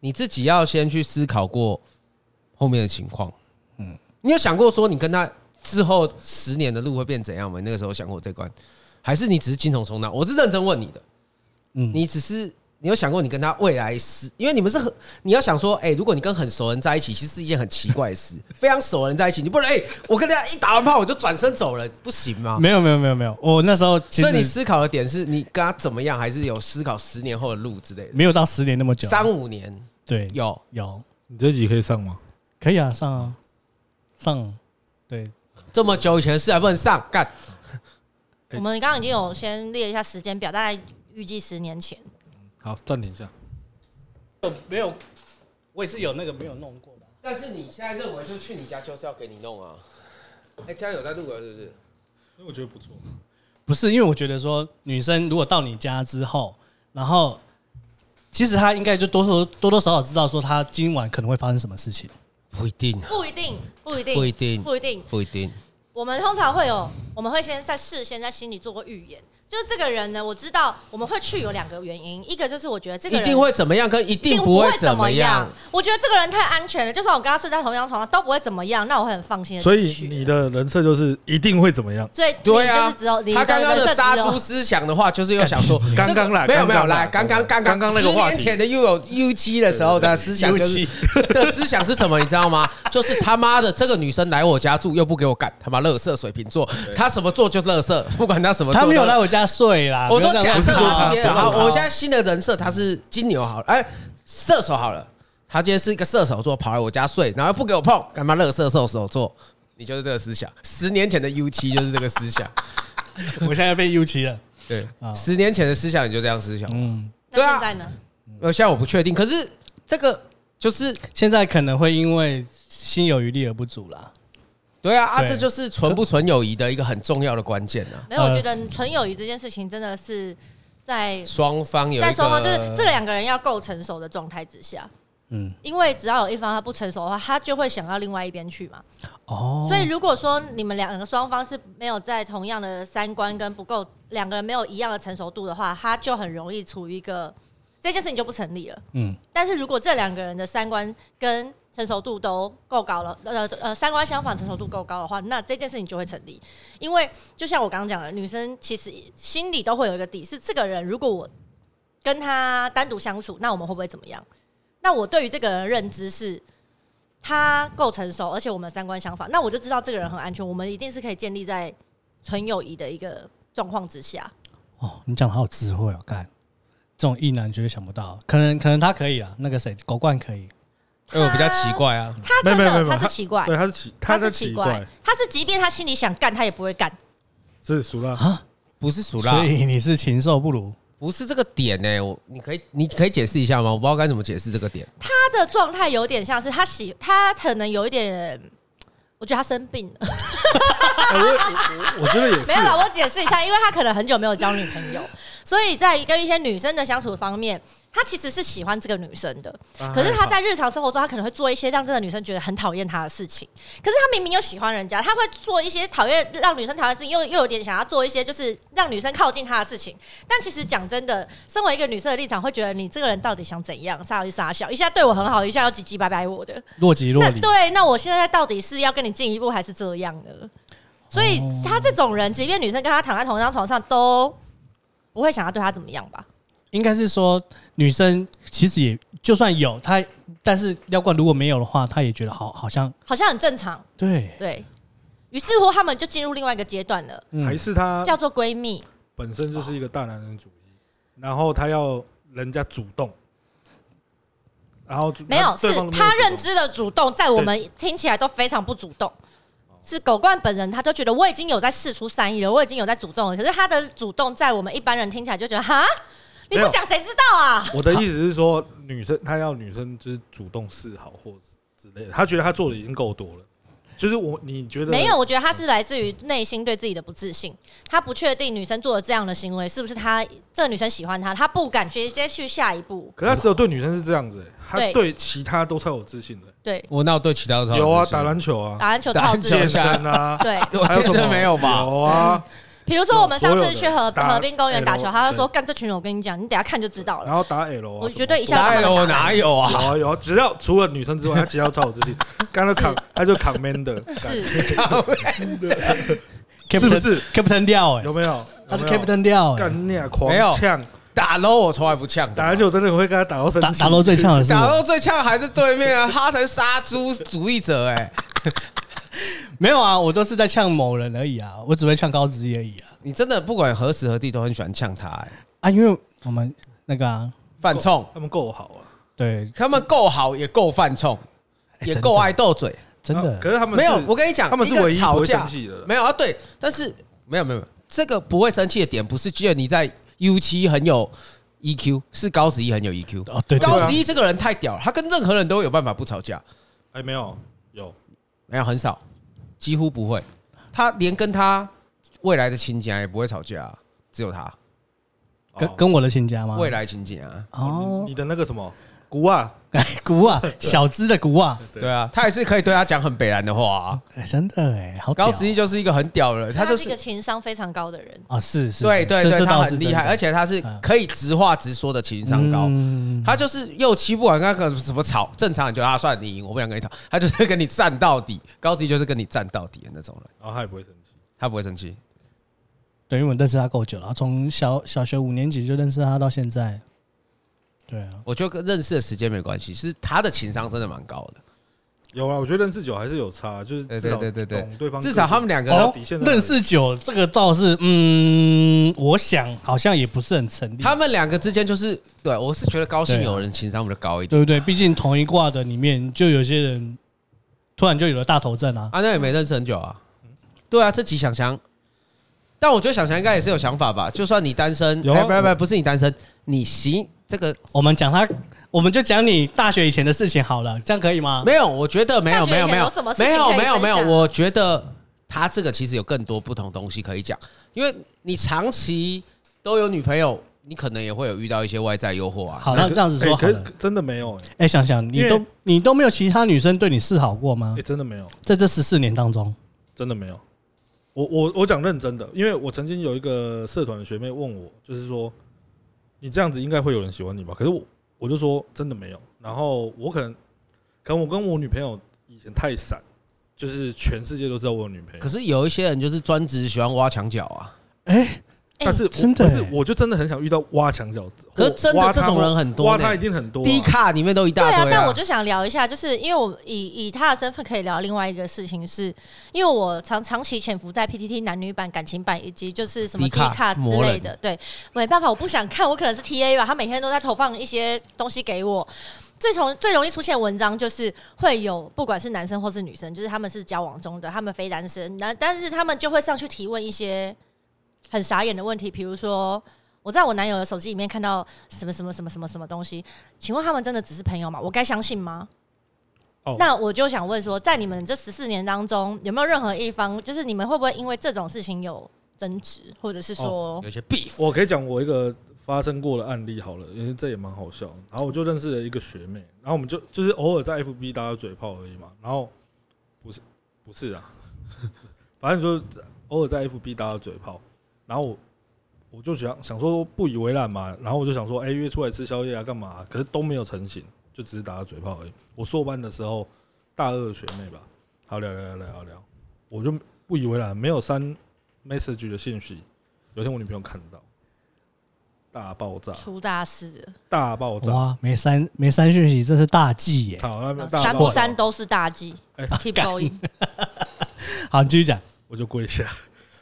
Speaker 1: 你自己要先去思考过后面的情况。嗯，你有想过说你跟他之后十年的路会变怎样吗？你那个时候想过这关，还是你只是精虫冲脑？我是认真问你的，
Speaker 2: 嗯，
Speaker 1: 你只是你有想过你跟他未来十，因为你们是很你要想说，哎、如果你跟很熟人在一起，其实是一件很奇怪的事。 非常熟人在一起，你不能哎、我跟大家一打完炮我就转身走人，不行吗？
Speaker 2: 没有没有没有没有，我那时候其
Speaker 1: 啊所以你
Speaker 2: 实
Speaker 1: 思考的点是你跟他怎么样，还是有思考十年后的路之类的？
Speaker 2: 没有到十年那么久，
Speaker 1: 三五年
Speaker 2: 对
Speaker 1: 有，
Speaker 2: 有
Speaker 4: 你这集可以上吗？
Speaker 2: 可以啊，上啊上，对，
Speaker 1: 这么久以前的事还不能上干，
Speaker 3: 我们刚刚已经有先列一下时间表，大概预计十年
Speaker 1: 嗯
Speaker 3: 前。
Speaker 5: 好暂停一下，
Speaker 2: 没有，我也是有那个没有弄过的，啊
Speaker 1: 但是你现在认为就是去你家就是要给你弄啊？哎、家有在录了是不是？
Speaker 5: 因为我觉得不错，
Speaker 2: 不是因为我觉得说女生如果到你家之后，然后其实她应该就多多多多少少知道说她今晚可能会发生什么事情，
Speaker 1: 不一定，啊
Speaker 3: 不一定，不一定，
Speaker 1: 不一定
Speaker 3: 不一定。
Speaker 1: 不一定。
Speaker 3: 我们通常会有，我们会先在事先在心里做过预言，就是这个人呢，我知道我们会去有两个原因，一个就是我觉得这个
Speaker 1: 一
Speaker 3: 人
Speaker 1: 定会怎么样，跟一
Speaker 3: 一
Speaker 1: 定不会怎么
Speaker 3: 么
Speaker 1: 样。。
Speaker 3: 我觉得这个人太安全了，就算我跟他睡在同一张床上都不会怎么样，那我会很放心的。
Speaker 5: 所以你，的人设就是一定会怎么样？
Speaker 3: 所以
Speaker 1: 对
Speaker 3: 你就
Speaker 1: 啊
Speaker 3: 是只有，你
Speaker 1: 他刚刚的
Speaker 3: 人设
Speaker 1: 杀
Speaker 3: 只有
Speaker 1: 猪思想的话，就是又想说，
Speaker 5: 刚刚啦
Speaker 1: 这个没有
Speaker 5: 刚刚啦
Speaker 1: 没有来，刚
Speaker 5: 刚
Speaker 1: 刚刚
Speaker 5: 刚
Speaker 1: 刚
Speaker 5: 刚刚那个
Speaker 1: 十
Speaker 5: 话
Speaker 1: 年
Speaker 5: 题
Speaker 1: 前的又有 U 七的时候的思想，就是的思想是什么，你知道吗？就是他妈的这个女生来我家住又不给我干，他妈乐色水瓶座，她什么做就乐色，不管她什么做
Speaker 2: 她
Speaker 1: 都
Speaker 2: 没有来我家睡啦。
Speaker 1: 我说
Speaker 2: 不要这
Speaker 1: 假
Speaker 2: 样
Speaker 1: 设
Speaker 2: 不是
Speaker 1: 好，
Speaker 2: 她
Speaker 1: 今天好，
Speaker 2: 不是她
Speaker 1: 我现在新的人设他是金牛好了，哎，射手好了，他今天是一个射手座，跑来我家睡，然后不给我碰，干嘛乐色射手座？你就是这个思想，十年前的 U 七就是这个思想，
Speaker 2: 我现在被 U 七了，
Speaker 1: 对
Speaker 2: 啊，
Speaker 1: 十年前的思想你就这样思想。
Speaker 2: 嗯，
Speaker 3: 那
Speaker 1: 对啊
Speaker 3: 现在呢？
Speaker 1: 呃，现在我不确定，可是这个就是
Speaker 2: 现在可能会因为心有余力而不足啦。
Speaker 1: 对啊啊，
Speaker 2: 对
Speaker 1: 这就是纯不纯友谊的一个很重要的关键啊。
Speaker 3: 没有，我
Speaker 2: 呃
Speaker 3: 觉得纯友谊这件事情真的是在
Speaker 1: 双方有一个
Speaker 3: 在双方就是这两个啊人要够成熟的状态之下，
Speaker 2: 嗯，
Speaker 3: 因为只要有一方他不成熟的话，他就会想到另外一边去嘛。
Speaker 2: 哦
Speaker 3: 所以如果说你们两个双方是没有在同样的三观跟不够两个人没有一样的成熟度的话，他就很容易处于一个这件事情就不成立了。
Speaker 2: 嗯，
Speaker 3: 但是如果这两个人的三观跟成熟度都够高了，呃呃，三观相反，成熟度够高的话，那这件事情就会成立。因为就像我刚刚讲的，女生其实心里都会有一个底，是这个人如果我跟他单独相处，那我们会不会怎么样？那我对于这个人的认知是，他够成熟，而且我们三观相反，那我就知道这个人很安全，我们一定是可以建立在纯友谊的一个状况之下。
Speaker 2: 哦，你讲的好有智慧哦，干，这种意男绝对想不到，可能可能他可以啊，那个谁狗冠可以，
Speaker 1: 因哎为我比较奇怪啊，
Speaker 3: 他真
Speaker 5: 没有没有
Speaker 3: 的
Speaker 5: 没有
Speaker 3: 他是奇怪，
Speaker 5: 对，他是奇，
Speaker 3: 他
Speaker 5: 是
Speaker 3: 是奇怪，，他是即便他心里想干，他也不会干。
Speaker 5: 是熟了。
Speaker 3: 啊
Speaker 1: 不是属
Speaker 2: 所
Speaker 1: 啦，
Speaker 2: 以你是禽兽不如。
Speaker 1: 不是这个点呢、我你可以你可以解释一下吗？我不知道该怎么解释这个点。
Speaker 3: 他的状态有点像是他喜，他可能有一点，我觉得他生病了。
Speaker 5: 哎我我我觉得也
Speaker 3: 没有
Speaker 5: 是
Speaker 3: 啦，我解释一下，因为他可能很久没有交女 朋友，所以在跟一些女生的相处方面，他其实是喜欢这个女生的。可是他在日常生活中，他可能会做一些让这个女生觉得很讨厌他的事情。可是他明明又喜欢人家，他会做一些讨厌让女生讨厌的事情，又又有点想要做一些就是让女生靠近他的事情。但其实讲真的，身为一个女生的立场，会觉得你这个人到底想怎样？傻有傻笑，一下对我很好，一下又唧唧拜拜我的。
Speaker 2: 若即若
Speaker 3: 那
Speaker 2: 离。
Speaker 3: 对，那我现在到底是要跟你进一步，还是这样呢？所以他这种人，即便女生跟他躺在同一张床上，都不会想要对他怎么样吧？
Speaker 2: 应该是说女生其实也就算有她，但是要冠如果没有的话，她也觉得好好像
Speaker 3: 好像很正常。
Speaker 2: 对，
Speaker 3: 对于是乎，他们就进入另外一个阶段了，
Speaker 2: 嗯
Speaker 5: 还是他
Speaker 3: 叫做闺蜜。
Speaker 5: 本身就是一个大男人主义，然后他要人家主动，然后
Speaker 3: 没有，是
Speaker 5: 对方都没有
Speaker 3: 他
Speaker 5: 主动
Speaker 3: 认知的主动，在我们听起来都非常不主动。是狗冠本人，他就觉得我已经有在试出善意了，我已经有在主动了。可是他的主动，在我们一般人听起来就觉得哈，你
Speaker 5: 没
Speaker 3: 不
Speaker 5: 有
Speaker 3: 讲谁知道啊？
Speaker 5: 我的意思是说，女生她要女生就是主动示好或之类的，她觉得她做的已经够多了。就是我，你觉得
Speaker 3: 没有，？我觉得他是来自于内心对自己的不自信，他不确定女生做了这样的行为是不是他这个女生喜欢他，他不敢直接去下一步。
Speaker 5: 可她只有对女生是这样子、欸她
Speaker 3: 对
Speaker 5: 对其他都超有自信的。
Speaker 3: 对，
Speaker 1: 我那我对其他的超
Speaker 5: 有啊，
Speaker 1: 自信
Speaker 5: 打篮球啊，
Speaker 3: 打篮球
Speaker 1: 打
Speaker 3: 超
Speaker 1: 篮
Speaker 3: 自
Speaker 1: 球
Speaker 5: 健
Speaker 3: 信。
Speaker 5: 身啊，
Speaker 3: 对，
Speaker 1: 我
Speaker 5: 还有
Speaker 1: 健
Speaker 5: 什么
Speaker 1: 身没有吧？
Speaker 5: 有啊，
Speaker 3: 比如说我们上次去河
Speaker 5: 有所有的打
Speaker 3: 河滨公园打球，
Speaker 5: L，
Speaker 3: 他就说：“干这群人，我跟你讲，你等一下看就知道了。
Speaker 5: 然后打 L 啊，
Speaker 3: 我
Speaker 5: 什么
Speaker 3: 绝对一下
Speaker 1: 哪有我哪有
Speaker 5: 有
Speaker 1: 啊？
Speaker 5: 啊有啊，只要除了女生之外，她其他都超有自 信。刚才
Speaker 3: 是
Speaker 5: 扛，她就扛 man 的，”干
Speaker 3: 是。
Speaker 5: 是不是？
Speaker 2: Captain 掉哎、
Speaker 5: 有没有？
Speaker 2: 她是
Speaker 5: 有没有
Speaker 2: Captain 掉哎、
Speaker 5: 干你啊，狂
Speaker 1: 没有
Speaker 5: 呛！
Speaker 1: 打 low 我从来不呛的，
Speaker 5: 打篮球真的会跟她打到生
Speaker 2: 打
Speaker 5: 气
Speaker 2: 打到最呛的是
Speaker 1: 打 low
Speaker 2: 我，
Speaker 1: 最呛还是对面啊，哈才杀猪主义者哎、
Speaker 2: 没有啊，我都是在呛某人而已啊，我只会呛高职业而已啊
Speaker 1: 你真的不管何时何地都很喜欢呛他哎、
Speaker 2: 啊，因为我们那个啊，
Speaker 1: 犯冲，
Speaker 5: 他们够好啊，
Speaker 2: 对，
Speaker 1: 他们够好也够犯冲，
Speaker 2: 哎
Speaker 1: 也
Speaker 2: 真的
Speaker 1: 够爱啊斗嘴，
Speaker 2: 真
Speaker 5: 然后啊可
Speaker 2: 的，
Speaker 5: 是他们
Speaker 1: 没有
Speaker 5: 是，
Speaker 1: 我跟你讲，
Speaker 5: 欸他们是
Speaker 1: 一个
Speaker 5: 唯一不
Speaker 1: 吵
Speaker 5: 会
Speaker 1: 架
Speaker 5: 生气的人。
Speaker 1: 没有啊，对，但是没有没有没有，这个不会生气的点不是只有你在 U 七很有 EQ，是高十一很有
Speaker 5: 啊
Speaker 1: EQ。
Speaker 2: 哦对对
Speaker 1: 高十一这个人太屌了，他跟任何人都有办法不吵架，
Speaker 5: 哎，没有，有
Speaker 1: 没有很少，几乎不会。他连跟他未来的亲家也不会吵架啊、只有他
Speaker 2: 跟跟我的亲家吗？
Speaker 1: 未来亲家啊。
Speaker 5: 哦，
Speaker 2: 哦
Speaker 5: 你，你的那个什么鼓啊，
Speaker 2: 古啊，小资的古啊，
Speaker 5: 对
Speaker 1: 对啊，他也是可以对他讲很北然的话、啊。
Speaker 2: 哎真的哎、好屌
Speaker 1: 高十一就是一个很屌的人，他
Speaker 3: 他
Speaker 1: 就是
Speaker 3: 一个
Speaker 1: 是
Speaker 3: 情商非常高的人，
Speaker 2: 啊，是是，嗯
Speaker 1: 对对对，他很厉害，而
Speaker 2: 且
Speaker 1: 且他是可以直话直说的情商高。
Speaker 2: 嗯
Speaker 1: 他就是又气不管那个怎么吵，正常人就啊，算了你赢，我不想跟你吵。他就是跟你战到底，高级就是跟你战到底的那种人，
Speaker 5: 哦然后他也不会生气。
Speaker 1: 他不会生气。
Speaker 2: 对，因为我认识他够久了，从小小学五年级就认识他到现在。对啊，
Speaker 1: 我觉得跟认识的时间没关系，是他的情商真的蛮高的，
Speaker 5: 有啊，我觉得认识久还是有差，就是
Speaker 1: 对
Speaker 5: 至少
Speaker 1: 对对对对
Speaker 5: 懂对方个
Speaker 1: 至
Speaker 5: 性，
Speaker 1: 少他们两个
Speaker 5: 哦底线在哪里
Speaker 2: 认识久，这个倒是，嗯，我想好像也不是很成立，
Speaker 1: 他们两个之间就是对我是觉得高兴有人情商比较高一点
Speaker 2: 对啊不对？毕竟同一卦的里面就有些人突然就有了大头症啊，
Speaker 1: 啊，那也没认识很久啊。对啊，这集想想，但我觉得想想应该也是有想法吧。就算你单身，
Speaker 5: 有啊
Speaker 1: 哎不
Speaker 5: 我
Speaker 1: 不不是你单身，你行这个
Speaker 2: 我们讲他，我们就讲你大学以前的事情好了，这样可以
Speaker 5: 啊
Speaker 2: 吗？
Speaker 1: 没有，我觉得没有，
Speaker 3: 大学
Speaker 1: 没
Speaker 3: 以
Speaker 1: 有，
Speaker 3: 前
Speaker 1: 没有
Speaker 3: 有什么，事情
Speaker 1: 没有，
Speaker 3: 可以
Speaker 1: 没有，
Speaker 3: 分
Speaker 1: 没有。
Speaker 3: 享
Speaker 1: 我觉得他这个其实有更多不同东西可以讲，因为你长期都有女朋友，你可能也会有遇到一些外在诱惑啊。
Speaker 2: 好，那这样子说
Speaker 5: 哎
Speaker 2: 好
Speaker 5: 可是
Speaker 2: 了。
Speaker 5: 真的没有，哎
Speaker 2: 哎，想想你
Speaker 5: 因
Speaker 2: 都
Speaker 5: 为
Speaker 2: 你都没有其他女生对你示好过吗
Speaker 5: 哎，？真的没有，
Speaker 2: 在这十四年当中，
Speaker 5: 真的没有。我我我讲认真的，因为我曾经有一个社团的学妹问我，就是说你这样子应该会有人喜欢你吧？可是我我就说真的没有。然后我可能可能我跟我女朋友以前太散，就是全世界都知道我有女朋友
Speaker 1: 可。是有一些人就是专职喜欢挖墙角啊，
Speaker 3: 哎
Speaker 5: 但是我
Speaker 2: 真的
Speaker 5: 不是
Speaker 2: 欸，
Speaker 5: 我就真的很想遇到挖墙角子，
Speaker 1: 可是真的
Speaker 5: 或挖他
Speaker 1: 这种人很多
Speaker 5: 挖
Speaker 1: 呢
Speaker 5: 他一定很多啊。
Speaker 1: 低卡里面都一
Speaker 3: 对啊
Speaker 1: 大堆、啊
Speaker 3: 但我就想聊一下，就是因为我以以他的身份可以聊另外一个事情是，因为我长长期潜伏在 PTT 男女版、感情版以及就是什么
Speaker 1: D
Speaker 3: 低
Speaker 1: 卡
Speaker 3: 卡之类的，对，没办法，我不想看，我可能是 TA 吧，他每天都在投放一些东西给我。最从最容易出现的文章就是会有，不管是男生或是女生，就是他们是交往中的，他们非单身，那但是他们就会上去提问一些很傻眼的问题，比如说我在我男友的手机里面看到什么什么什么什么什么东西，请问他们真的只是朋友吗？我该相信吗？
Speaker 5: 哦
Speaker 3: 那我就想问说，在你们这十四年当中，有没有任何一方，就是你们会不会因为这种事情有争执，或者是
Speaker 5: 啊
Speaker 3: 说，
Speaker 5: 哦
Speaker 1: 有一些 beef，
Speaker 5: 我可以讲我一个发生过的案例好了，因为这也蛮好笑的。然后我就认识了一个学妹，然后我们就就是偶尔在 FB 打打嘴炮而已嘛。然后不是不是啊， 反正就是偶尔在 FB 打打嘴炮。然后我我就想想说不以为然嘛，然后我就想说，哎、约出来吃宵夜啊，干嘛啊、可是都没有成型，就只是打打嘴炮而已。我硕班的时候，大二的学妹吧，好聊聊聊聊聊，我就不以为然，没有删 message 的信息。有一天我女朋友看到，大爆炸，
Speaker 3: 出大事了，
Speaker 5: 大爆炸，
Speaker 2: 哇，没删没删讯息，这是大忌耶！
Speaker 5: 好，那边大
Speaker 3: 删
Speaker 5: 爆
Speaker 3: 不
Speaker 5: 炸
Speaker 3: 删，都是大忌。
Speaker 5: 哎
Speaker 3: Keep going，
Speaker 2: 好，你继续讲，
Speaker 5: 我就跪下，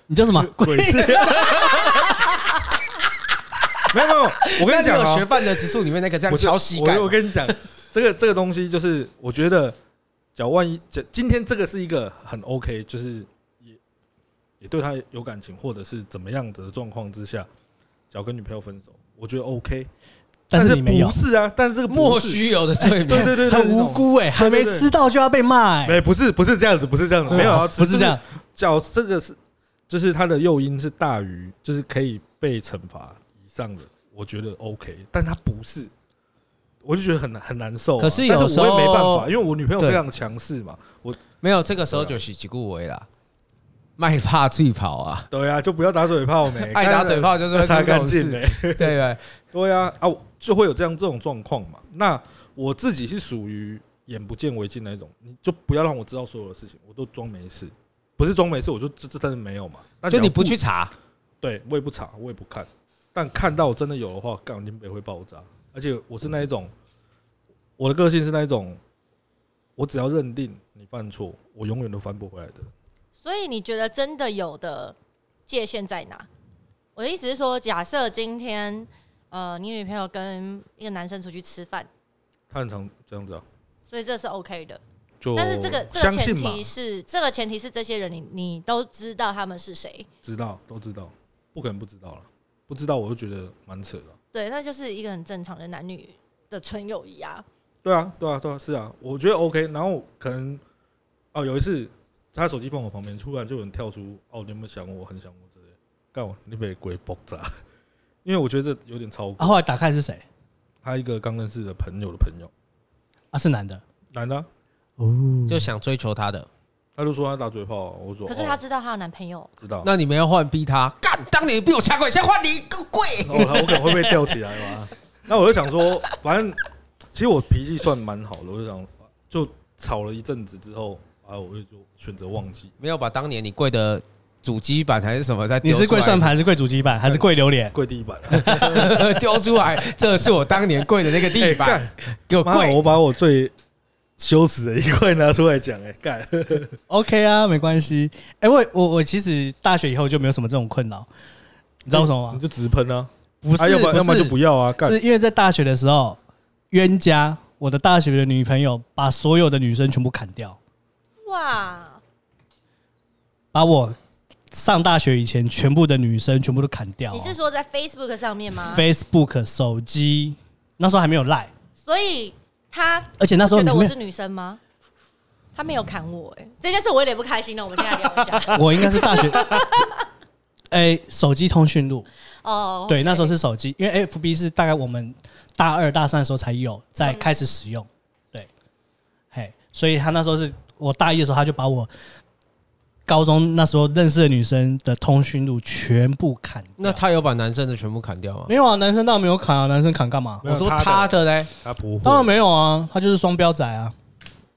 Speaker 2: 你叫什 么？
Speaker 5: 跪下。没有没有，我跟你讲
Speaker 1: 那
Speaker 5: 啊
Speaker 1: 有学，范的指数里面那个这样
Speaker 5: 我就
Speaker 1: 敲膝盖
Speaker 5: 我，我跟你讲，这个这个东西就是，我觉得，假如万一这今天这个是一个很 OK，就是也也对他有感情，或者是怎么样子的状况之下，假如跟女朋友分手，我觉得 OK，
Speaker 2: 但是你没有
Speaker 5: 不，是啊，但是这个不是
Speaker 1: 莫，须有的罪
Speaker 5: 对
Speaker 1: 名。
Speaker 5: 对对，对
Speaker 2: 很无。辜哎，还没
Speaker 5: 对对
Speaker 2: 吃到就要被骂哎，
Speaker 5: 对没，不是不是这样子，不是这样子，没有啊，
Speaker 2: 哦不是这样，，
Speaker 5: 叫这个是，就是它的诱因是大于，就是可以被惩罚以上的，我觉得 OK，但它不是，我就觉得很很难受啊、
Speaker 1: 可是
Speaker 5: 但
Speaker 1: 有时候
Speaker 5: 我也没办法，因为我女朋友
Speaker 1: 对
Speaker 5: 非常强势嘛，我
Speaker 1: 没有，这个时候就是几顾为啦，卖怕最跑啊，
Speaker 5: 对啊，就不要打 嘴炮没，
Speaker 1: 爱打嘴炮就是会出
Speaker 5: 擦
Speaker 1: 这
Speaker 5: 哎干
Speaker 1: 种
Speaker 5: 净
Speaker 1: 事，
Speaker 5: 没，
Speaker 1: 对对。
Speaker 5: 对啊，啊，我就会有这样这种状况嘛。那我自己是属于眼不见为净那一种，你就不要让我知道所有的事情，我都装没事，不是装没事，我就这这真的没有嘛。那
Speaker 1: 就
Speaker 5: 假如
Speaker 1: 你不去查，
Speaker 5: 对我也不查，我也不看，但看到真的有的话，杠林北会爆炸。而且我是那一种，我的个性是那一种，我只要认定你犯错，我永远都翻不回来的。
Speaker 3: 所以你觉得真的有的界限在哪？我的意思是说，假设今天呃，你女朋友跟一个男生出去吃饭，
Speaker 5: 他很常这样子啊，
Speaker 3: 所以这是 OK 的。
Speaker 5: 就
Speaker 3: 但是这个这
Speaker 5: 相
Speaker 3: 个前
Speaker 5: 信嘛，
Speaker 3: 提是，这个前提是这些人你你都知道他们是谁，
Speaker 5: 知道都知道，不可能不知道了，不知道我就觉得蛮扯的。啊
Speaker 3: 对，那就是一个很正常的男女的纯友谊啊。
Speaker 5: 对啊，对啊，对啊，是啊，我觉得 OK。然后可能哦，有一次他手机放我旁边，突然就有人跳出“哦，你有没有想我？我很想我”之类的，干我你被鬼爆炸，因为我觉得这有点超
Speaker 2: 啊，
Speaker 5: 过。
Speaker 2: 后来打开是谁？
Speaker 5: 他一个刚认识的朋友的朋友，
Speaker 2: 啊，是男的
Speaker 5: 男的啊、
Speaker 2: 哦，
Speaker 1: 就想追求他的，
Speaker 5: 他就说他打嘴炮啊，我说
Speaker 3: 可是她
Speaker 5: 哦
Speaker 3: 知道她有男朋友，
Speaker 5: 知道，
Speaker 1: 那你们要换逼他干？当年比我强过，先换你一个跪。
Speaker 5: 哦，他我可能会被吊起来嘛。那我就想说，反正其实我脾气算蛮好的，我就想就吵了一阵子之后，啊，我就选择忘记
Speaker 1: 没有把当年你跪的主机板还是什么再
Speaker 2: 你
Speaker 1: 丢出来
Speaker 2: 是跪算盘还是跪主机板还是跪榴莲？
Speaker 5: 跪地板。 啊
Speaker 1: 丢出来，这是我当年跪的那个地
Speaker 5: 哎
Speaker 1: 板，
Speaker 5: 干
Speaker 1: 给我
Speaker 5: 妈，
Speaker 1: 跪。
Speaker 5: 我把我最羞耻的一块拿出来讲，哎，干，
Speaker 2: OK 啊，没关系。哎、我我我其实大学以后就没有什么这种困扰，你知道为什么
Speaker 5: 你
Speaker 2: 吗？
Speaker 5: 就直喷啊，
Speaker 2: 不是，
Speaker 5: 啊要不然要
Speaker 2: 不
Speaker 5: 么
Speaker 2: 是
Speaker 5: 就不要啊，干
Speaker 2: 是，因为在大学的时候，冤家我的大学的女朋友把所有的女生全部砍掉，
Speaker 3: 哇，
Speaker 2: 把我上大学以前全部的女生全部都砍掉哦、
Speaker 3: 你是说在 Facebook 上面吗？
Speaker 2: Facebook 手机那时候还没有赖，
Speaker 3: 所以她
Speaker 2: 而且那时候
Speaker 3: 觉
Speaker 2: 你
Speaker 3: 得我
Speaker 2: 没
Speaker 3: 是女生吗？她没有砍我、哎，这件事我有点不开心了。我们现在聊 一下
Speaker 2: 我应该是大 学。哎、手机通讯录，
Speaker 3: 哦，
Speaker 2: 对，那时候是手机，因为 FB 是大概我们大二大三的时候才有，在开始使用，对，嘿，所以他那时候是我大一的时候，他就把我高中那时候认识的女生的通讯录全部砍掉。
Speaker 1: 那他有把男生的全部砍掉吗？
Speaker 2: 没有啊，男生当然没有砍啊，男生砍干嘛？
Speaker 5: 没有
Speaker 1: 我说
Speaker 5: 他的
Speaker 1: 他的嘞，
Speaker 5: 他不会，
Speaker 2: 当然没有啊，他就是双标仔啊。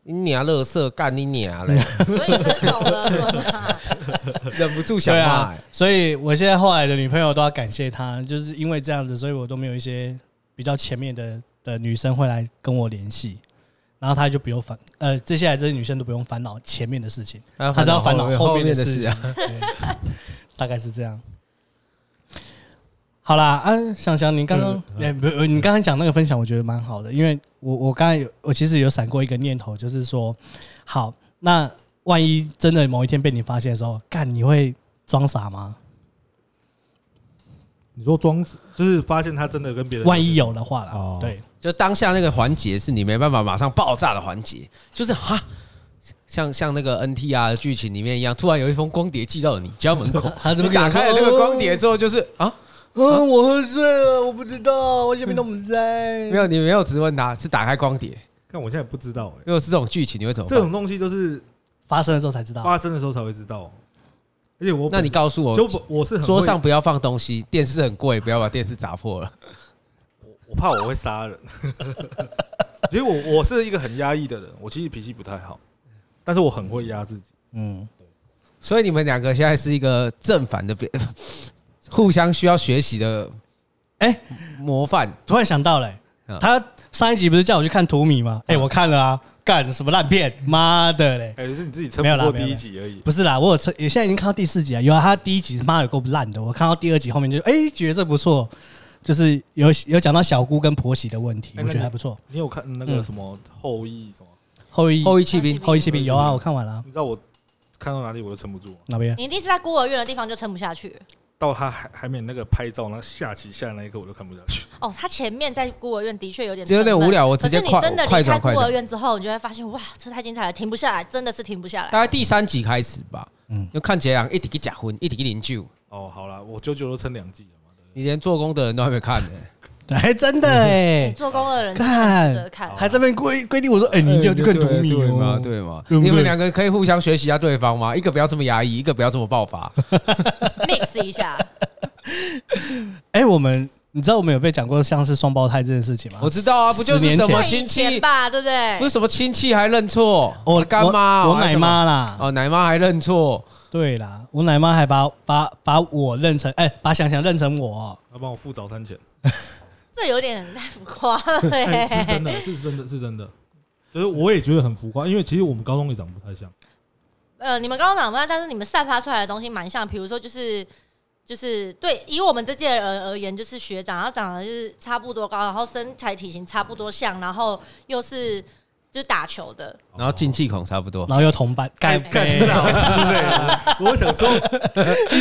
Speaker 1: 你娘乐色干你娘嘞，
Speaker 3: 所以分手了 是吗，
Speaker 1: 忍不住想
Speaker 2: 对
Speaker 1: 骂、
Speaker 2: 啊
Speaker 1: 欸。，
Speaker 2: 所以我现在后来的女朋友都要感谢他，就是因为这样子，所以我都没有一些比较前面的的女生会来跟我联系，然后他就不用烦，呃，接下来这些女生都不用烦恼前面的事情，
Speaker 1: 他
Speaker 2: 他只要烦恼
Speaker 1: 欸后
Speaker 2: 面
Speaker 1: 面的
Speaker 2: 事
Speaker 1: 事啊。
Speaker 2: 对大概是这样。好啦，啊，想想你刚刚，哎、不，呃你刚刚讲那个分享，我觉得蛮好的，因为我我刚才有，我其实有闪过一个念头，就是说，好，那万一真的某一天被你发现的时候，干，你会装傻吗？
Speaker 4: 你说装死
Speaker 5: 就是发现他真的跟别人
Speaker 2: 万一有的话啦，
Speaker 4: 哦
Speaker 2: 对，，
Speaker 1: 就当下那个环节是你没办法马上爆炸的环节，就是哈，像像那个 NTR 的剧情里面一样，突然有一封光碟寄到你家门口
Speaker 2: 他怎么
Speaker 1: 你打开 了这个光碟之后，就是啊，
Speaker 2: 嗯，哦我喝醉了，我不知道，我前面都不在
Speaker 1: 没有你没有直问他，是打开光碟。
Speaker 5: 看我现在也不知道，哎，
Speaker 1: 如果是这种剧情，你会怎么
Speaker 5: 这
Speaker 1: 办？
Speaker 5: 种东西都是
Speaker 2: 发生的时候才知道。
Speaker 5: 发生的时候才会知道，而且我
Speaker 1: 那你告诉
Speaker 5: 就
Speaker 1: 我，
Speaker 5: 不我是很会
Speaker 1: 桌上，不要放东西，电视很贵，不要把电视砸破了。
Speaker 5: 我我怕我会杀人， 因为我我是一个很压抑的人，我其实脾气不太好，但是我很会压自己，
Speaker 2: 嗯，
Speaker 1: 所以你们两个现在是一个正反的别， 互相需要学习的
Speaker 2: 哎
Speaker 1: 模范。
Speaker 2: 突然想到了、
Speaker 1: 嗯
Speaker 2: 他上一集不是叫我去看图米吗？哎、我看了啊，干什么烂片，妈的
Speaker 1: 嗯
Speaker 2: 嘞！
Speaker 5: 哎，是你自己撑
Speaker 2: 没有
Speaker 5: 不
Speaker 2: 啦
Speaker 5: 过
Speaker 2: 没有
Speaker 5: 第一
Speaker 2: 啦
Speaker 5: 集而已。
Speaker 2: 不是啦，我有测，现在已经看到第四集了。有啊，他第一集妈有够烂的，我看到第二集后面就哎、觉得这不错，就是有有讲到小姑跟婆媳的问题，
Speaker 5: 哎
Speaker 2: 我觉
Speaker 5: 那
Speaker 2: 得
Speaker 5: 你
Speaker 2: 还不错。
Speaker 5: 你有看那个什么后裔什么？
Speaker 2: 后裔
Speaker 1: 后羿弃兵，
Speaker 2: 后裔骑兵有
Speaker 5: 后羿
Speaker 2: 啊，
Speaker 5: 骑兵
Speaker 2: 我看完了啊、
Speaker 5: 你知道我看到哪里我都撑不住吗？
Speaker 2: 哪边？
Speaker 3: 你一定是在孤儿院的地方就撑不下去。
Speaker 5: 到他还还没那个拍照，那下棋下的那一刻我都看不下去。
Speaker 3: 哦，他前面在孤儿院的确有点
Speaker 1: 有点
Speaker 3: 沉闷
Speaker 1: 无聊我直
Speaker 3: 可
Speaker 1: 接
Speaker 3: 是你
Speaker 1: 快
Speaker 3: 真的
Speaker 1: 快
Speaker 3: 离
Speaker 1: 转
Speaker 3: 开孤
Speaker 1: 快转
Speaker 3: 儿院之后，你就会发现哇，这太精彩了，停不下来，真的是停不下来。
Speaker 1: 大概第三集开始吧。嗯
Speaker 2: 嗯，
Speaker 1: 就看起来一直去假婚，一直去零酒，
Speaker 5: 哦，好啦，我九九都撑两季了嘛。对不对
Speaker 1: 你连做工的人都还没看呢、
Speaker 2: 哎，真的哎、
Speaker 3: 你做工的人真的
Speaker 2: 看
Speaker 3: 很值得看，
Speaker 2: 还这边规规定我 说，哎、你一定要去看图米
Speaker 1: 对吗
Speaker 2: 哦？，
Speaker 1: 对吗？
Speaker 2: 对不对
Speaker 1: 你们两个可以互相学习一下对方吗？一个不要这么压抑，一个不要这么爆啊 发。
Speaker 3: mix 一下。
Speaker 2: 哎、我们你知道我们有被讲过像是双胞胎这件事情吗？
Speaker 1: 我知道啊，不就
Speaker 2: 十
Speaker 1: 是
Speaker 2: 年
Speaker 1: 什
Speaker 2: 前
Speaker 1: 么
Speaker 3: 对
Speaker 1: 亲
Speaker 3: 以前
Speaker 1: 戚，
Speaker 3: 吧，对不对
Speaker 1: 不？是什么亲戚还认错，我干妈哦、
Speaker 2: 我我
Speaker 1: 还是
Speaker 2: 奶
Speaker 1: 什么
Speaker 2: 妈啦，
Speaker 1: 哦，奶妈还认错，
Speaker 2: 对啦，我奶妈还把把把我认成，哎、把想想认成我哦、
Speaker 5: 他帮我付早餐钱，
Speaker 3: 这有点太浮夸
Speaker 4: 哎
Speaker 3: 了，
Speaker 4: 是真的，是真的，是真的。就是我也觉得很浮夸，因为其实我们高中也长不太 像。
Speaker 3: 呃，你们刚刚讲不到，但是你们散发出来的东西蛮像，比如说就是就是对，以我们这届人而言，就是学长，他长得就是差不多高，然后身材体型差不多像，然后又是就是打球的，
Speaker 1: 然后进气孔差不多。
Speaker 2: 然后又同班，干
Speaker 5: 干
Speaker 2: 杯，
Speaker 5: 老师
Speaker 4: 啊
Speaker 5: 嘞！ 我想 说，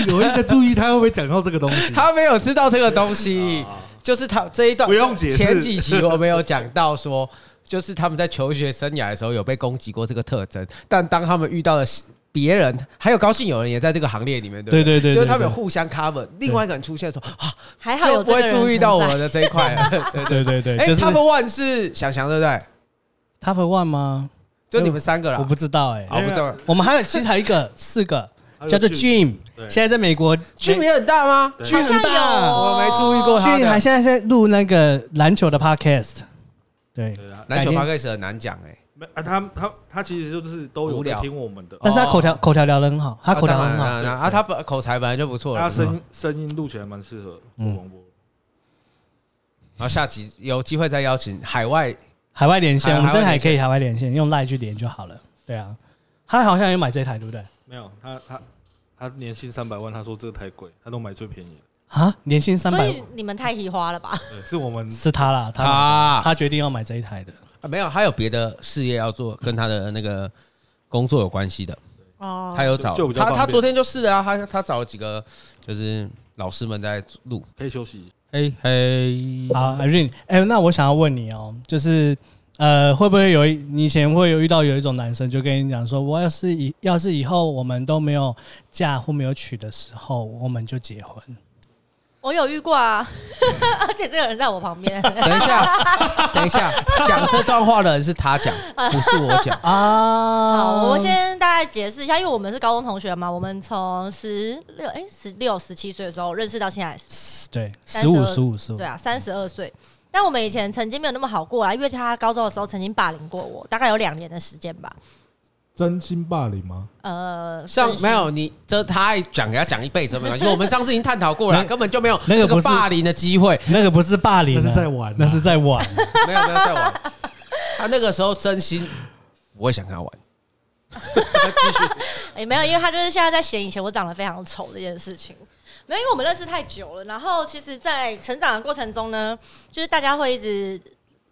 Speaker 4: 有一个注意他会不会讲到这个东西，
Speaker 1: 他没有知道这个东西，就是他这一段
Speaker 5: 啊不用解释
Speaker 1: 前几期我没有讲到说，就是他们在求学生涯的时候有被攻击过这个特征，但当他们遇到了别人，还有高兴有人也在这个行列里面，对不对
Speaker 2: 对对对对哎
Speaker 1: 就是他们有互相 cover，另外一个人出现的时候，啊，
Speaker 3: 还好
Speaker 1: 就
Speaker 3: 有
Speaker 1: 不
Speaker 3: 这
Speaker 1: 会
Speaker 3: 个人
Speaker 1: 注意
Speaker 3: 存
Speaker 1: 到我
Speaker 3: 在
Speaker 1: 的这一块了。 对对
Speaker 2: 对对对，
Speaker 1: 对，哎
Speaker 2: 就是
Speaker 1: ，Top One 是想翔对不对？
Speaker 2: Top One 吗？
Speaker 1: 就你们三个啦，
Speaker 2: 我不知道哎、
Speaker 1: 啊，我不知道，
Speaker 2: 我们还有其实还有一个四个叫做 Jim，
Speaker 5: 对
Speaker 2: 现在在美国，
Speaker 1: 区别很大吗？
Speaker 5: 对
Speaker 2: 巨
Speaker 3: 好像
Speaker 2: 很
Speaker 3: 有
Speaker 2: 大，
Speaker 1: 我没注意过他的
Speaker 2: Jim 还现在在录那个篮球的 Podcast，对，
Speaker 5: 对啊，
Speaker 1: 篮球
Speaker 2: 改天
Speaker 1: p 开始很难讲哎，
Speaker 5: 没啊，他他他其实就是都有
Speaker 1: 无
Speaker 5: 在
Speaker 1: 聊
Speaker 5: 听我们的，
Speaker 2: 但是他口条口条聊得很好，他口条
Speaker 1: 啊
Speaker 2: 很
Speaker 1: 当
Speaker 2: 好，
Speaker 1: 然当然啊，他本口才本来就不错了
Speaker 5: 他，声声音录起来蛮适合做
Speaker 4: 嗯
Speaker 5: 广播。
Speaker 1: 然后下集有机会再邀请海外
Speaker 2: 海外连线，
Speaker 1: 海
Speaker 2: 我
Speaker 1: 外
Speaker 2: 们这台可以海外连线，用 Line 去连就好了，对啊，他好像也买这台对不对？
Speaker 5: 没有，他他他年薪三百万，他说这个太贵，他都买最便宜的。
Speaker 2: 啊，年薪三
Speaker 3: 所
Speaker 2: 百
Speaker 3: 以你们太喜花了吧？
Speaker 5: 对，是我们
Speaker 2: 是他啦，他啦
Speaker 1: 他
Speaker 2: 他决定要买这一台的。
Speaker 1: 啊，没有，他有别的事业要做，跟他的那个工作有关系的。
Speaker 3: 哦
Speaker 1: 他有找
Speaker 5: 就就比较
Speaker 1: 他，
Speaker 5: 方
Speaker 1: 他
Speaker 5: 便
Speaker 1: 昨天就是啊，他他找了几个就是老师们在录。
Speaker 5: 可以休息一下。
Speaker 1: 嘿嘿，
Speaker 2: 好 i r e 哎、那我想要问你哦，就是呃，会不会有一你以前会有遇到有一种男生就跟你讲说，我要是以要是以后我们都没有嫁或没有娶的时候，我们就结婚。
Speaker 3: 我有遇过啊， 而且这个人在我旁边，
Speaker 1: 等一下， 等一下，讲这段话的人是他讲，不是我 讲。
Speaker 2: 啊
Speaker 3: 好，我先大概解释一下，因为我们是高中同学嘛，我们从十六哎十六十七岁的时候认识到现在，
Speaker 2: 对，
Speaker 3: 32
Speaker 2: 十五、十五、十五
Speaker 3: 对，啊，三十二岁。但我们以前曾经没有那么好过啊，因为他高中的时候曾经霸凌过我，大概有两年的时间吧。
Speaker 4: 真心霸凌吗？
Speaker 3: 呃，
Speaker 1: 上
Speaker 3: 真心
Speaker 1: 没有你，这他讲给他讲一辈子没关系。我们上次已经探讨过了，
Speaker 2: 那
Speaker 1: 根本就没有
Speaker 2: 那
Speaker 1: 这
Speaker 2: 个
Speaker 1: 个
Speaker 2: 不是
Speaker 1: 霸凌的机会，
Speaker 2: 那个不是霸凌、啊，
Speaker 4: 那是在玩啊
Speaker 2: 那是在 玩。
Speaker 1: 没有没有在玩。 他那个时候真心不会想跟他玩，
Speaker 3: 也、没有，因为他就是现在在嫌以前我长得非常丑这件事情。没有，因为我们认识太久了。然后其实，在成长的过程中呢，就是大家会一直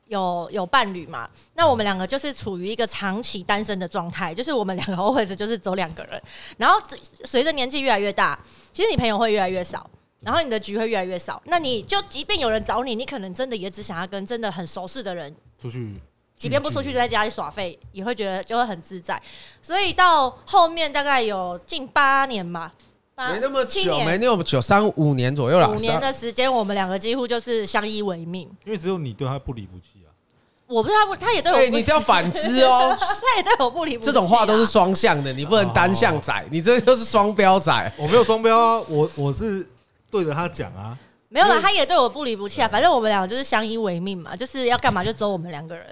Speaker 3: 有有伴侣嘛。那我们两个就是处于一个长期单身的状态，就是我们两个 always 就是走两个人。然后这随着年纪越来越大，其实你朋友会越来越少。然后你的局会越来越少，那你就即便有人找你，你可能真的也只想要跟真的很熟识的人
Speaker 4: 出去，
Speaker 3: 即便不出去，就在家里耍废，也会觉得就会很自在。所以到后面大概有近八年吧，八
Speaker 1: 没那么
Speaker 3: 七
Speaker 1: 久，没
Speaker 3: 啊年
Speaker 1: 那么久，三五年左右了。
Speaker 3: 五年的时间，我们两个几乎就是相依为命。
Speaker 5: 因为只有你对他不离不弃啊。
Speaker 3: 我不是他不，他也对我不，。
Speaker 1: 对，哎你这样反之哦
Speaker 3: 他也对我不离不弃啊
Speaker 1: 这种话都是双向的，你不能单
Speaker 3: 哦
Speaker 1: 向仔，你这就是双标仔。
Speaker 5: 我没有双标啊，
Speaker 4: 我我是对着他讲啊，
Speaker 3: 没有啦，他也对我不离不弃啊。反正我们两个就是相依为命嘛，就是要干嘛就只有我们两个人。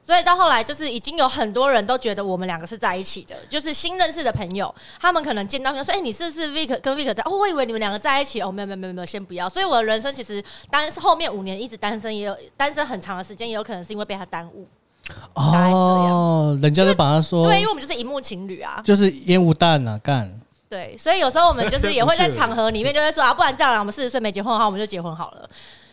Speaker 3: 所以到后来就是已经有很多人都觉得我们两个是在一起的，就是新认识的朋友，他们可能见到面说：“哎、你是不是 Vic 跟 Vic 在？”哦，我以为你们两个在一起哦，没有没有没有没有，先不要。所以我的人生其实单后面五年一直单身，也有单身很长的时间，也有可能是因为被他耽误。概是这样
Speaker 2: 哦，人家都把他说
Speaker 3: 对，因为我们就是荧幕情侣啊，
Speaker 2: 就是烟雾弹啊，干
Speaker 3: 对，所以有时候我们 就是也会在场合里面就会说啊，不然这样啦，我们四十岁没结婚的话，我们就结婚好了。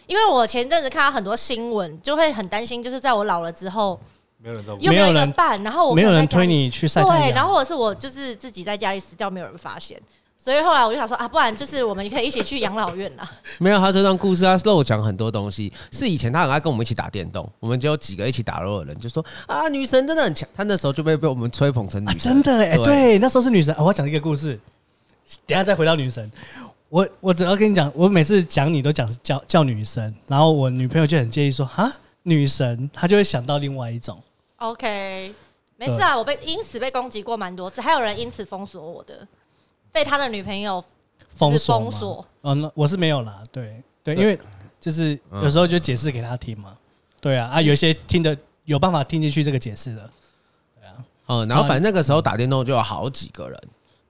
Speaker 3: 因为我前阵子看到很多新闻，就会很担心，就是在我老了之后
Speaker 5: 没有人照顾
Speaker 3: 又没有
Speaker 2: 没
Speaker 3: 一
Speaker 2: 有
Speaker 3: 个
Speaker 2: 人
Speaker 3: 伴，然后我
Speaker 2: 没有
Speaker 3: 可能
Speaker 2: 人
Speaker 3: 在家
Speaker 2: 推
Speaker 3: 里
Speaker 2: 你去晒太
Speaker 3: 哦对，
Speaker 2: 阳，
Speaker 3: 然后或者是我就是自己在家里死掉，没有人发现。所以后来我就想说啊，不然就是我们可以一起去养老院啦。啊
Speaker 1: 没有，他这段故事他漏讲很多东西。是以前他很爱跟我们一起打电动，我们就有几个一起打肉的人就说啊，女神真的很强。他那时候就被被我们吹捧成女
Speaker 2: 啊，
Speaker 1: 神，
Speaker 2: 真的哎、
Speaker 1: 对
Speaker 2: 对，那时候是女神。啊我要讲一个故事，等一下再回到女神。我我只要跟你讲，我每次讲你都讲叫叫女神，然后我女朋友就很介意说啊女神，她就会想到另外一种。
Speaker 3: OK，没事啊，我被因此被攻击过蛮多次，还有人因此封锁我的，被他的女朋友
Speaker 2: 封
Speaker 3: 就是
Speaker 2: 锁
Speaker 3: 封
Speaker 2: 嘛
Speaker 3: 锁。
Speaker 2: 哦，那我是没有啦，对对，因为就是有时候就解释给他听嘛，对啊啊，有一些听的有办法听进去这个解释的，
Speaker 1: 嗯，然后反正那个时候打电动就有好几个人，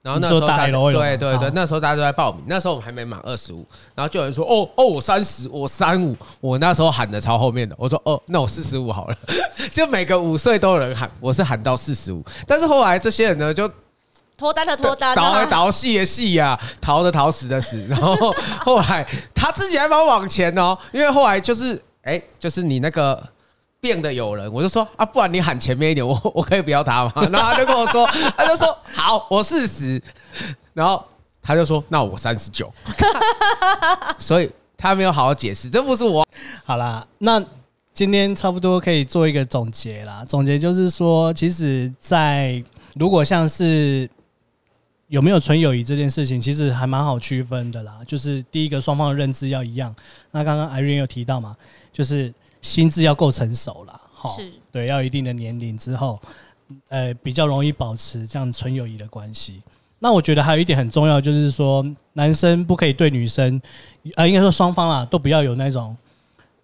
Speaker 1: 然后那时
Speaker 2: 你
Speaker 1: 候
Speaker 2: 说打
Speaker 1: 大家
Speaker 2: LOL
Speaker 1: 对对对
Speaker 2: 好，
Speaker 1: 那时候大家都在报名，那时候我们还没满二十五，然后就有人说哦哦我三十，我三五，我那时候喊的超后面的，我说哦那我四十五好了， 就每个五岁都有人喊，我是喊到四十五，但是后来这些人呢就
Speaker 3: 脱单的脱单、
Speaker 1: 倒的
Speaker 3: 啊，
Speaker 1: 倒，戏的戏呀，逃的逃，死的死。然 后后来他自己还帮我往前哦，因为后来就是哎、就是你那个。变的有人，我就说啊，不然你喊前面一点，我我可以不要他吗？ 然后他就跟我说，他就说好，我四十，然后他就说那我三十 九，所以他没有好好解释，这不是我
Speaker 2: 好啦，那今天差不多可以做一个总结啦。总结就是说，其实在，如果像是有没有纯友谊这件事情，其实还蛮好区分的啦。就是第一个，双方的认知要一样。那刚刚 Irene 有提到嘛，就是心智要够成熟啦。好
Speaker 3: 是，
Speaker 2: 对，要一定的年龄之后，呃，比较容易保持这样纯友谊的关系。那我觉得还有一点很重要，就是说男生不可以对女生，呃，应该说双方啦，都不要有那种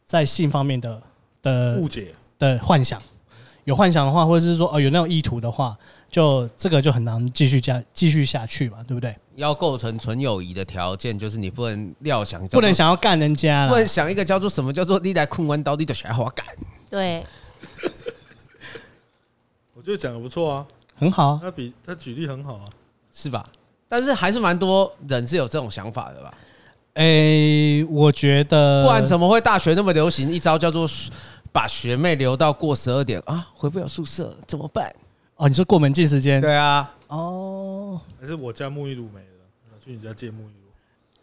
Speaker 2: 在性方面的的
Speaker 5: 误解，
Speaker 2: 的幻想，有幻想的话，或者是说哦有那种意图的话，就这个就很难继续下继续下去嘛，对不对？
Speaker 1: 要构成纯友谊的条件，就是你不能料想，
Speaker 2: 不能，想要干人家
Speaker 1: 不
Speaker 2: 了
Speaker 1: 能，想一个叫做什么叫做历代困弯刀，你的小花感。
Speaker 3: 对，
Speaker 5: 我觉得讲的不错啊，
Speaker 2: 很好啊。
Speaker 5: 他比他举例很好啊，
Speaker 1: 是吧？但是还是蛮多人是有这种想法的吧？
Speaker 2: 诶、我觉得
Speaker 1: 不然怎么会大学那么流行一招叫做把学妹留到过十二点啊，回不了宿舍怎么办？
Speaker 2: 哦，你说过门禁时间
Speaker 1: 对啊，
Speaker 2: 哦，
Speaker 5: 还是我家沐浴露没了，拿去你家借沐浴露，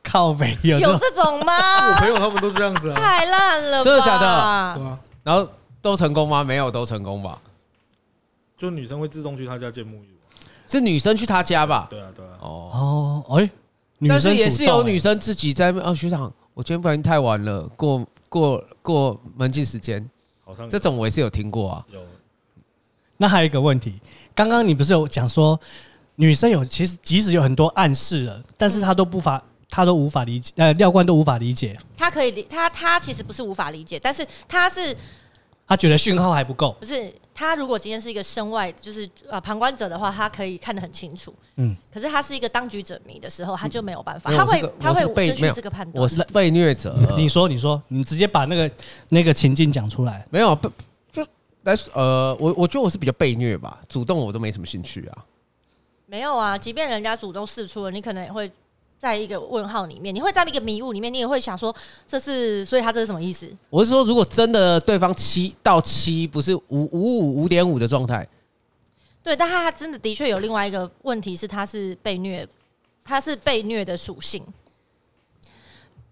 Speaker 2: 靠北有这
Speaker 3: 有
Speaker 2: 种
Speaker 3: 这种
Speaker 5: 我
Speaker 3: 吗？
Speaker 5: 朋友他们都这样子 啊，
Speaker 3: 太烂了吧，
Speaker 1: 真的假的
Speaker 5: 对啊，
Speaker 1: 然后都成功吗？没有都成功吧？
Speaker 5: 就女生会自动去他家借沐浴露啊，
Speaker 1: 是女生去他家吧？
Speaker 5: 对啊对啊，
Speaker 1: 哦，
Speaker 2: 哦，哎、女生
Speaker 1: 但是也是
Speaker 2: 主动
Speaker 1: 有
Speaker 2: 欸
Speaker 1: 女生自己在那边哦，学长，我今天不小心太晚了，过过过门禁时间，
Speaker 5: 好像有
Speaker 1: 这种我也是有听过啊。
Speaker 5: 有
Speaker 2: 那还有一个问题，刚刚你不是有讲说，女生有其实即使有很多暗示了，但
Speaker 1: 嗯
Speaker 2: 是她都不法，她都无法理解，呃，廖冠都无法理解，
Speaker 3: 他可以理他他其实不是无法理解，但是他是
Speaker 2: 她觉得讯号还不够。
Speaker 3: 不是他如果今天是一个身外就是呃旁观者的话，他可以看得很清楚。
Speaker 2: 嗯
Speaker 3: 嗯，可是他是一个当局者迷的时候，他就没有办法，
Speaker 1: 没有
Speaker 3: 他
Speaker 1: 我是
Speaker 3: 会
Speaker 1: 个
Speaker 3: 他
Speaker 1: 我
Speaker 3: 会
Speaker 1: 是被
Speaker 3: 失
Speaker 1: 没
Speaker 3: 去
Speaker 1: 有
Speaker 3: 这个判断
Speaker 1: 我。是被虐者，
Speaker 2: 你说，你说，你直接把那个那个情境讲出来。
Speaker 1: 没有被就来呃，我我觉得我是比较被虐吧，主动我都没什么兴趣啊。
Speaker 3: 没有啊，即便人家主动示出了，你可能也会在一个问号里面，你会在一个迷雾里面，你也会想说这是，所以他这是什么意思？
Speaker 1: 我是说，如果真的对方七到七，不是五五五五点五的状态，
Speaker 3: 对，但他真的的确有另外一个问题是，他是被虐，他是被虐的属性。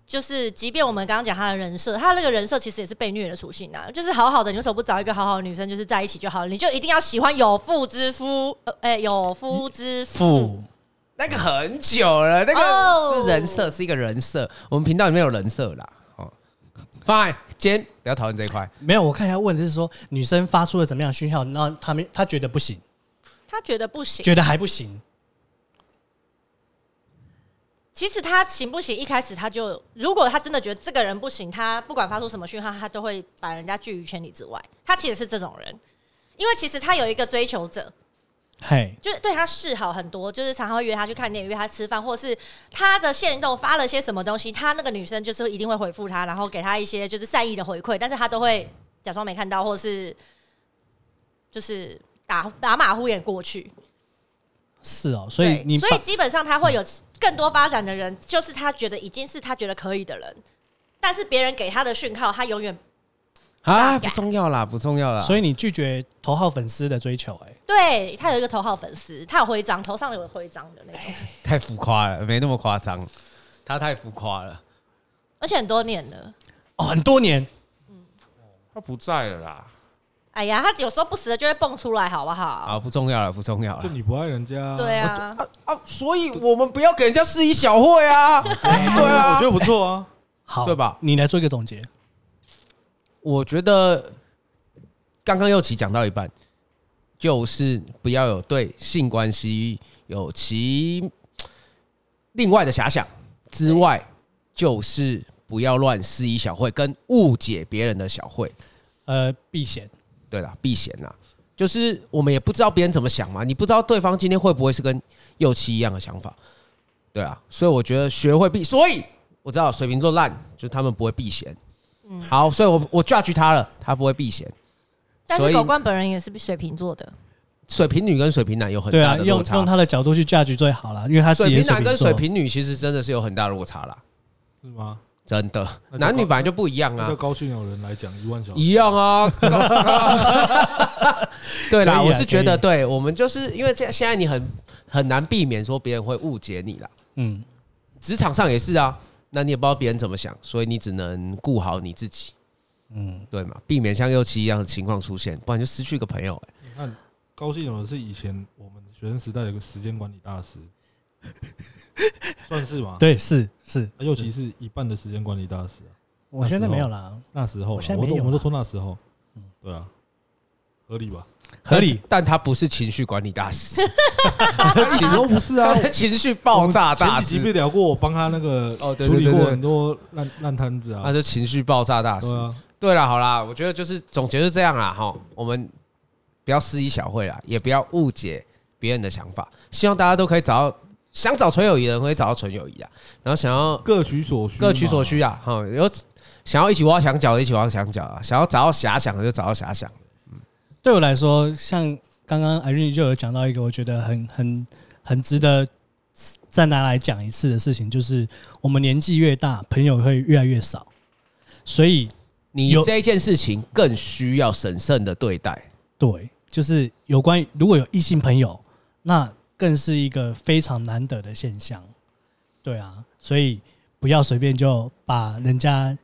Speaker 3: 就是，即便我们刚刚讲他的人设，他那个人设其实也是被虐的属性啊。就是好好的，你为什么不找一个好好的女生，就是在一起就好了？你就一定要喜欢有妇之夫，呃，哎、有夫之妇，
Speaker 2: 负
Speaker 1: 那个很久了，那
Speaker 3: 哦
Speaker 1: 个是人设，是一个人设。我们频道里面有人设啦，哦，fine，今天不要讨论这一块。
Speaker 2: 没有，我看一下问题是说，女生发出了怎么样的讯号，然后他们她觉得不行，
Speaker 3: 他觉得不行。
Speaker 2: 觉得还不行。
Speaker 3: 其实他行不行，一开始他就，如果他真的觉得这个人不行，他不管发出什么讯号，他都会把人家拒于千里之外。他其实是这种人，因为其实他有一个追求者，
Speaker 2: 嘿，
Speaker 3: 就是对他示好很多，就是常常会约他去看电影、约他吃饭，或是他的线动发了些什么东西，他那个女生就是一定会回复他，然后给他一些就是善意的回馈，但是他都会假装没看到，或是就是打打马虎眼过去。
Speaker 2: 是哦，所以
Speaker 3: 对
Speaker 2: 你
Speaker 3: 所以
Speaker 2: 把
Speaker 3: 基本上他会有更多发展的人，就是他觉得已经是他觉得可以的人，但是别人给他的讯号，他永远
Speaker 1: 啊，不重要啦，不重要啦。
Speaker 2: 所以你拒绝头号粉丝的追求，哎，
Speaker 3: 对他有一个头号粉丝，他有徽章，头上有徽章的那种，
Speaker 2: 哎
Speaker 1: 太浮夸了，没那么夸张，他太浮夸了，
Speaker 3: 而且很多年了。
Speaker 2: 哦，很多年
Speaker 1: 他不在了啦。
Speaker 3: 哎呀，他有时候不时的就会蹦出来，好不好？
Speaker 1: 啊，不重要了，不重要
Speaker 4: 就
Speaker 1: 了。
Speaker 4: 你不爱人家、
Speaker 3: 对啊，
Speaker 1: 啊啊，所以我们不要给人家施以小惠 啊，对
Speaker 4: 我
Speaker 1: 啊
Speaker 4: 觉。得不错啊。
Speaker 2: 好，
Speaker 1: 对吧
Speaker 2: 你来做一个总结，
Speaker 1: 我觉得刚刚又奇讲到一半，就是不要有对性关系有其另外的遐想之外，就是不要乱施以小惠跟误解别人的小惠。
Speaker 2: 呃，避嫌，
Speaker 1: 对啦，避嫌啦，就是我们也不知道别人怎么想嘛，你不知道对方今天会不会是跟右七一样的想法，对啊，所以我觉得学会避，所以我知道水瓶座烂，就是他们不会避嫌。
Speaker 3: 嗯
Speaker 1: 好，所以我我 judge 他了，他不会避嫌。
Speaker 3: 但
Speaker 1: 所
Speaker 3: 是
Speaker 1: 以
Speaker 3: 狗官本人也是水瓶座的，
Speaker 1: 水瓶女跟水瓶男有很
Speaker 2: 对
Speaker 1: 大
Speaker 2: 啊，
Speaker 1: 的
Speaker 2: 用
Speaker 1: 落差，
Speaker 2: 用他的角度去 judge 最好了，因为他自
Speaker 1: 水
Speaker 2: 己也
Speaker 1: 瓶
Speaker 2: 是
Speaker 1: 男跟水
Speaker 2: 座
Speaker 1: 瓶女其实真的是有很大的落差啦，
Speaker 4: 是吗？
Speaker 1: 真的，
Speaker 4: 那就
Speaker 1: 男女
Speaker 4: 高
Speaker 1: 本来就不一样
Speaker 4: 那
Speaker 1: 啊
Speaker 4: 叫，高兴有人来讲一 万小时，
Speaker 1: 一样 啊。对啦，
Speaker 2: 可以啊
Speaker 1: 我是觉
Speaker 2: 可
Speaker 1: 得，
Speaker 2: 以
Speaker 1: 对我们就是因为这现在你很很难避免说别人会误解你啦，
Speaker 2: 嗯，
Speaker 1: 职场上也是啊，那你也不知道别人怎么想，所以你只能顾好你自己，嗯，对嘛，避免像右七一样的情况出现，不然就失去一个朋友、欸。
Speaker 4: 你看高兴有人是以前我们学生时代的一个时间管理大师，算是吗？
Speaker 2: 对，是是，
Speaker 4: 啊，尤其是一半的时间管理大师、啊，
Speaker 2: 我现在没有啦，
Speaker 4: 那时候
Speaker 2: 我
Speaker 4: 啊
Speaker 2: 现在
Speaker 4: 我
Speaker 2: 没
Speaker 4: 都
Speaker 2: 有
Speaker 4: 我们都
Speaker 2: 啊
Speaker 4: 说那时候，对啊，合理吧？
Speaker 2: 合理
Speaker 1: 但，但他不是情绪管理大师，
Speaker 4: 其实都不是啊
Speaker 1: 他，是情绪爆炸
Speaker 4: 前
Speaker 1: 大
Speaker 4: 几集
Speaker 1: 师
Speaker 4: 不，是聊过我帮他那个
Speaker 1: 哦对对
Speaker 4: 处理
Speaker 1: 对
Speaker 4: 过
Speaker 1: 对
Speaker 4: 很多烂烂摊子
Speaker 1: 那
Speaker 4: 啊，
Speaker 1: 就情绪爆炸大师。
Speaker 4: 对啊，
Speaker 1: 对啦，好啦，我觉得就是总结是这样啦，哈，我们不要私以小惠啦，也不要误解别人的想法，希望大家都可以找到想找纯友谊的人可以找到纯友谊啊，然后想要
Speaker 4: 各取所需，
Speaker 1: 各取所需。啊，哈，有想要一起挖墙角的一起挖墙角啊，想要找到遐想的就找到遐想，
Speaker 2: 对我来说，像刚刚 Irene 就有讲到一个我觉得很很很值得再拿来讲一次的事情，就是我们年纪越大，朋友会越来越少，所以
Speaker 1: 你
Speaker 2: 有
Speaker 1: 这一件事情更需要审慎的对待，
Speaker 2: 对，就是有关于如果有异性朋友，那更是一个非常难得的现象。对啊，所以不要随便就把人家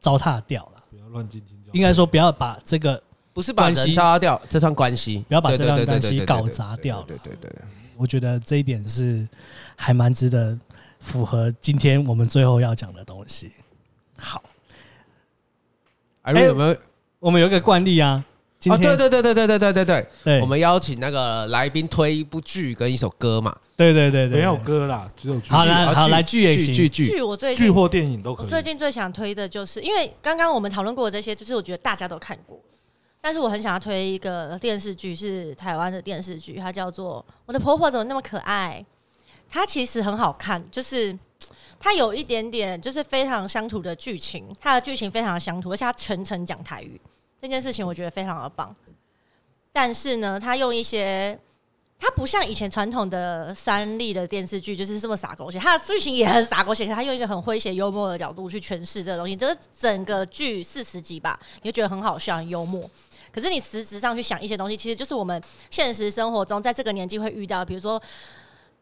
Speaker 2: 糟蹋掉了。
Speaker 4: 不要乱斤斤计较。
Speaker 2: 应该说不要把这个，
Speaker 1: 不是把
Speaker 2: 关系
Speaker 1: 人扎掉这段关系，
Speaker 2: 不要把
Speaker 1: 对
Speaker 2: 这段
Speaker 1: 对对对
Speaker 2: 关系
Speaker 1: 对对
Speaker 2: 搞
Speaker 1: 对对
Speaker 2: 砸
Speaker 1: 对
Speaker 2: 掉
Speaker 1: 对对对对，
Speaker 2: 我觉得这一点是还蛮值得符合今天我们最后要讲的东西。好，
Speaker 1: 哎，如果有没有？啊，
Speaker 2: 我们有一个惯例啊，今天、
Speaker 1: 哦对对对对对对对对对，
Speaker 2: 对
Speaker 1: 我们邀请那个来宾推一部剧跟一首歌嘛，
Speaker 2: 对对对对，
Speaker 4: 没有
Speaker 2: 对
Speaker 4: 歌啦，只有剧
Speaker 2: 好啦
Speaker 1: 啊
Speaker 2: 好来剧也行
Speaker 1: 剧剧
Speaker 3: 据我最
Speaker 4: 剧
Speaker 3: 近
Speaker 4: 或电影都
Speaker 3: 我
Speaker 4: 可
Speaker 3: 最
Speaker 4: 以。
Speaker 3: 近最想推的就是，因为刚刚我们讨论过的这些，就是我觉得大家都看过，但是我很想要推一个呃电视剧，是台湾的电视剧，它叫做《我的婆婆怎么那么可爱》。它其实很好看，就是它有一点点就是非常乡土的剧情，它的剧情非常的乡土，而且它全程讲台语，这件事情我觉得非常的棒。但是呢，它用一些。它不像以前传统的三立的电视剧，就是这么傻狗血，它的剧情也很傻狗血，可是它用一个很诙谐幽默的角度去诠释这个东西。这是整个剧四十集吧，你就觉得很好笑、很幽默。可是你实质上去想一些东西，其实就是我们现实生活中在这个年纪会遇到，比如说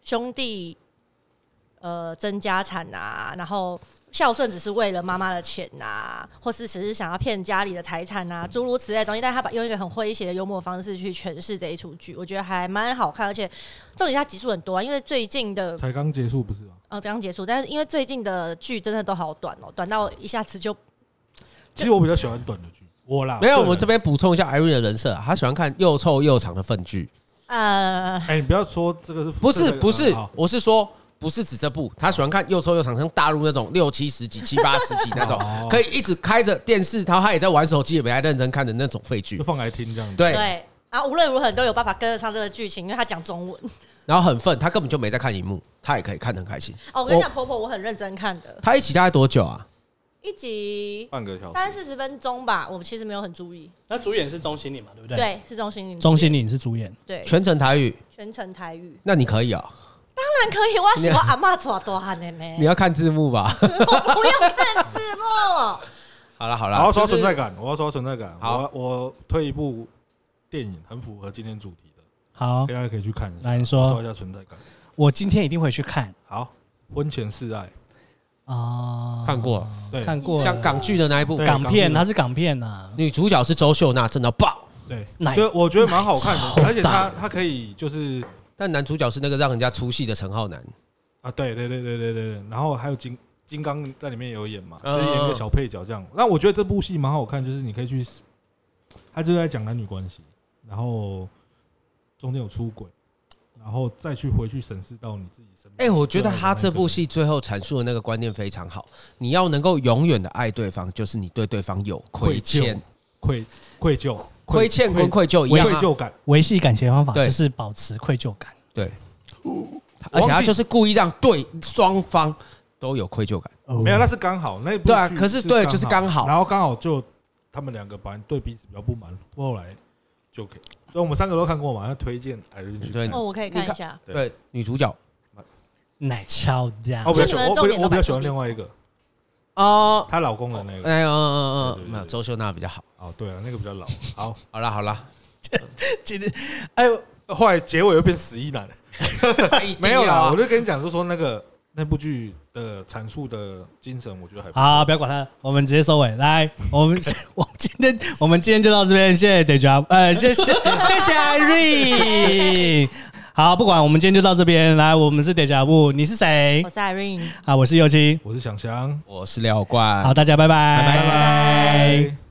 Speaker 3: 兄弟，呃，争家产啊，然后孝顺只是为了妈妈的钱啊，或是只是想要骗家里的财产啊，诸如此类的东西。但是他把用一个很诙谐的幽默方式去诠释这一出剧，我觉得还蛮好看，而且重点它集数很多、啊，因为最近的
Speaker 4: 才刚结束不是吗？
Speaker 3: 呃刚结束，但是因为最近的剧真的都好短哦，短到一下子就
Speaker 4: 其实我比较喜欢短的剧，我啦
Speaker 1: 没有，我们
Speaker 4: 这
Speaker 1: 这边补充一下 Irene 的人设啊，她喜欢看又臭又长的粪剧，
Speaker 3: 呃
Speaker 4: 哎，你不要说这个是
Speaker 1: 不是
Speaker 4: 这个
Speaker 1: 不是
Speaker 4: 啊好，
Speaker 1: 我是说不是指这部，他喜欢看又臭又长，像大陆那种六七十集、七八十集那 种
Speaker 4: 哦，
Speaker 1: 可以一直开着电视，然后他也在玩手机，也没在认真看的那种废剧
Speaker 4: 就。放来听这样子。
Speaker 1: 对，
Speaker 3: 对，然后无论如何你都有办法跟得上这个剧情，因为他讲中文。
Speaker 1: 然后很愤，她根本就没在看荧幕，她也可以看得很开心。
Speaker 3: 哦，我跟你讲，婆婆我很认真看的，
Speaker 1: 她一起大概多久啊？
Speaker 3: 一集
Speaker 5: 半个小时，
Speaker 3: 三四十分钟吧，我其实没有很注意。
Speaker 2: 那主演是钟欣凌嘛，对不对？，
Speaker 3: 对，是钟心凌，
Speaker 2: 钟欣凌是主演。
Speaker 3: 对，
Speaker 1: 全程台语，
Speaker 3: 全程台语，
Speaker 1: 那你可以哦、
Speaker 3: 当然可以，我喜欢阿妈抓多汉的
Speaker 1: 你
Speaker 3: 呢，
Speaker 1: 要看字幕吧？
Speaker 3: 我不要看字幕。
Speaker 1: 好了好
Speaker 5: 我
Speaker 1: 了，
Speaker 5: 要刷
Speaker 1: 就是
Speaker 5: 存在感，我要刷存在感。
Speaker 1: 好
Speaker 5: 我我推一部电影，很符合今天主题的，
Speaker 2: 好，
Speaker 5: 大家可以去看一下。
Speaker 2: 来你
Speaker 5: 我刷
Speaker 2: 说
Speaker 5: 一，下存在感。
Speaker 2: 我今天一定会去看
Speaker 5: 好，婚前示爱，
Speaker 2: 啊，
Speaker 1: 看过，
Speaker 5: 对
Speaker 2: 看过
Speaker 1: 像港啊剧的那一部
Speaker 5: 对，
Speaker 2: 港
Speaker 5: 港片
Speaker 2: 片，它是港片啊呐，
Speaker 1: 女主角是周秀娜，真的爆。
Speaker 5: 对，
Speaker 2: 奶
Speaker 5: 就我觉得蛮好 看的，
Speaker 2: 奶
Speaker 5: 而且
Speaker 2: 超
Speaker 5: 他
Speaker 2: 大
Speaker 5: 他可以就是
Speaker 1: 但男主角是那个让人家出戏的陈浩南，
Speaker 5: 啊，对对对对对对对，然后还有金金刚在里面也有演嘛，就
Speaker 1: 嗯
Speaker 5: 是演一个小配角这样。那我觉得这部戏蛮好看，就是你可以去，他就在讲男女关系，然后中间有出轨，然后再去回去审视到你自己身
Speaker 1: 哎、
Speaker 5: 边。
Speaker 1: 我觉得他这部戏最后阐述的那个观念非常好，你要能够永远的爱对方，就是你对对方有亏欠，
Speaker 5: 愧愧疚、
Speaker 1: 亏欠跟愧
Speaker 5: 愧
Speaker 1: 疚一
Speaker 5: 愧
Speaker 1: 样、啊，
Speaker 5: 疚感，
Speaker 2: 维系感情的方法
Speaker 1: 对
Speaker 2: 就是保持愧疚感。
Speaker 1: 对，
Speaker 5: 嗯
Speaker 1: 而且他就是故意让对双方都有愧疚感，
Speaker 2: 哦
Speaker 5: 没有，那是刚好那一部
Speaker 1: 对啊
Speaker 5: 剧
Speaker 1: 可是对就是刚好
Speaker 5: 然后刚好就他们两个本来对彼此比较不满，后来就可以。所以我们三个都看过嘛，那推荐艾瑞去
Speaker 1: 对
Speaker 5: 看。
Speaker 3: 哦，我可以看一下，
Speaker 5: 对
Speaker 1: 对，女主角
Speaker 2: 奶超家
Speaker 5: 啊我比较喜
Speaker 3: 所以你们
Speaker 5: 欢，
Speaker 3: 的重
Speaker 5: 我比
Speaker 3: 点
Speaker 5: 我
Speaker 3: 都
Speaker 5: 比
Speaker 3: 摆
Speaker 5: 较喜欢
Speaker 3: 错地
Speaker 5: 另外一个，
Speaker 1: 哦，
Speaker 5: 她老公的那个。
Speaker 1: 哎嗯嗯嗯嗯，
Speaker 5: 对对对
Speaker 1: 没有周秀娜比较好，
Speaker 5: 哦，对啊，那个比较老。好，
Speaker 1: 好啦好 啦，
Speaker 2: 今天，哎呦，
Speaker 5: 后来结尾又变十一男，没
Speaker 1: 啊
Speaker 5: 有啦，我就跟你讲，就说那个那部剧的阐述的精神，我觉得还不错。
Speaker 2: 好，不要管他了，我们直接收尾。来，我们 我们今天我们今天就到这边，谢谢 d e j a 呃，谢谢谢谢 Irene。好，不管我们今天就到这边。来，我们是 d e j a vu，你是谁
Speaker 3: 我？是 Irene。
Speaker 2: 啊，我是右青。
Speaker 5: 我是想想，
Speaker 1: 我是廖冠，
Speaker 2: 好，大家拜拜，
Speaker 1: 拜拜
Speaker 5: 拜。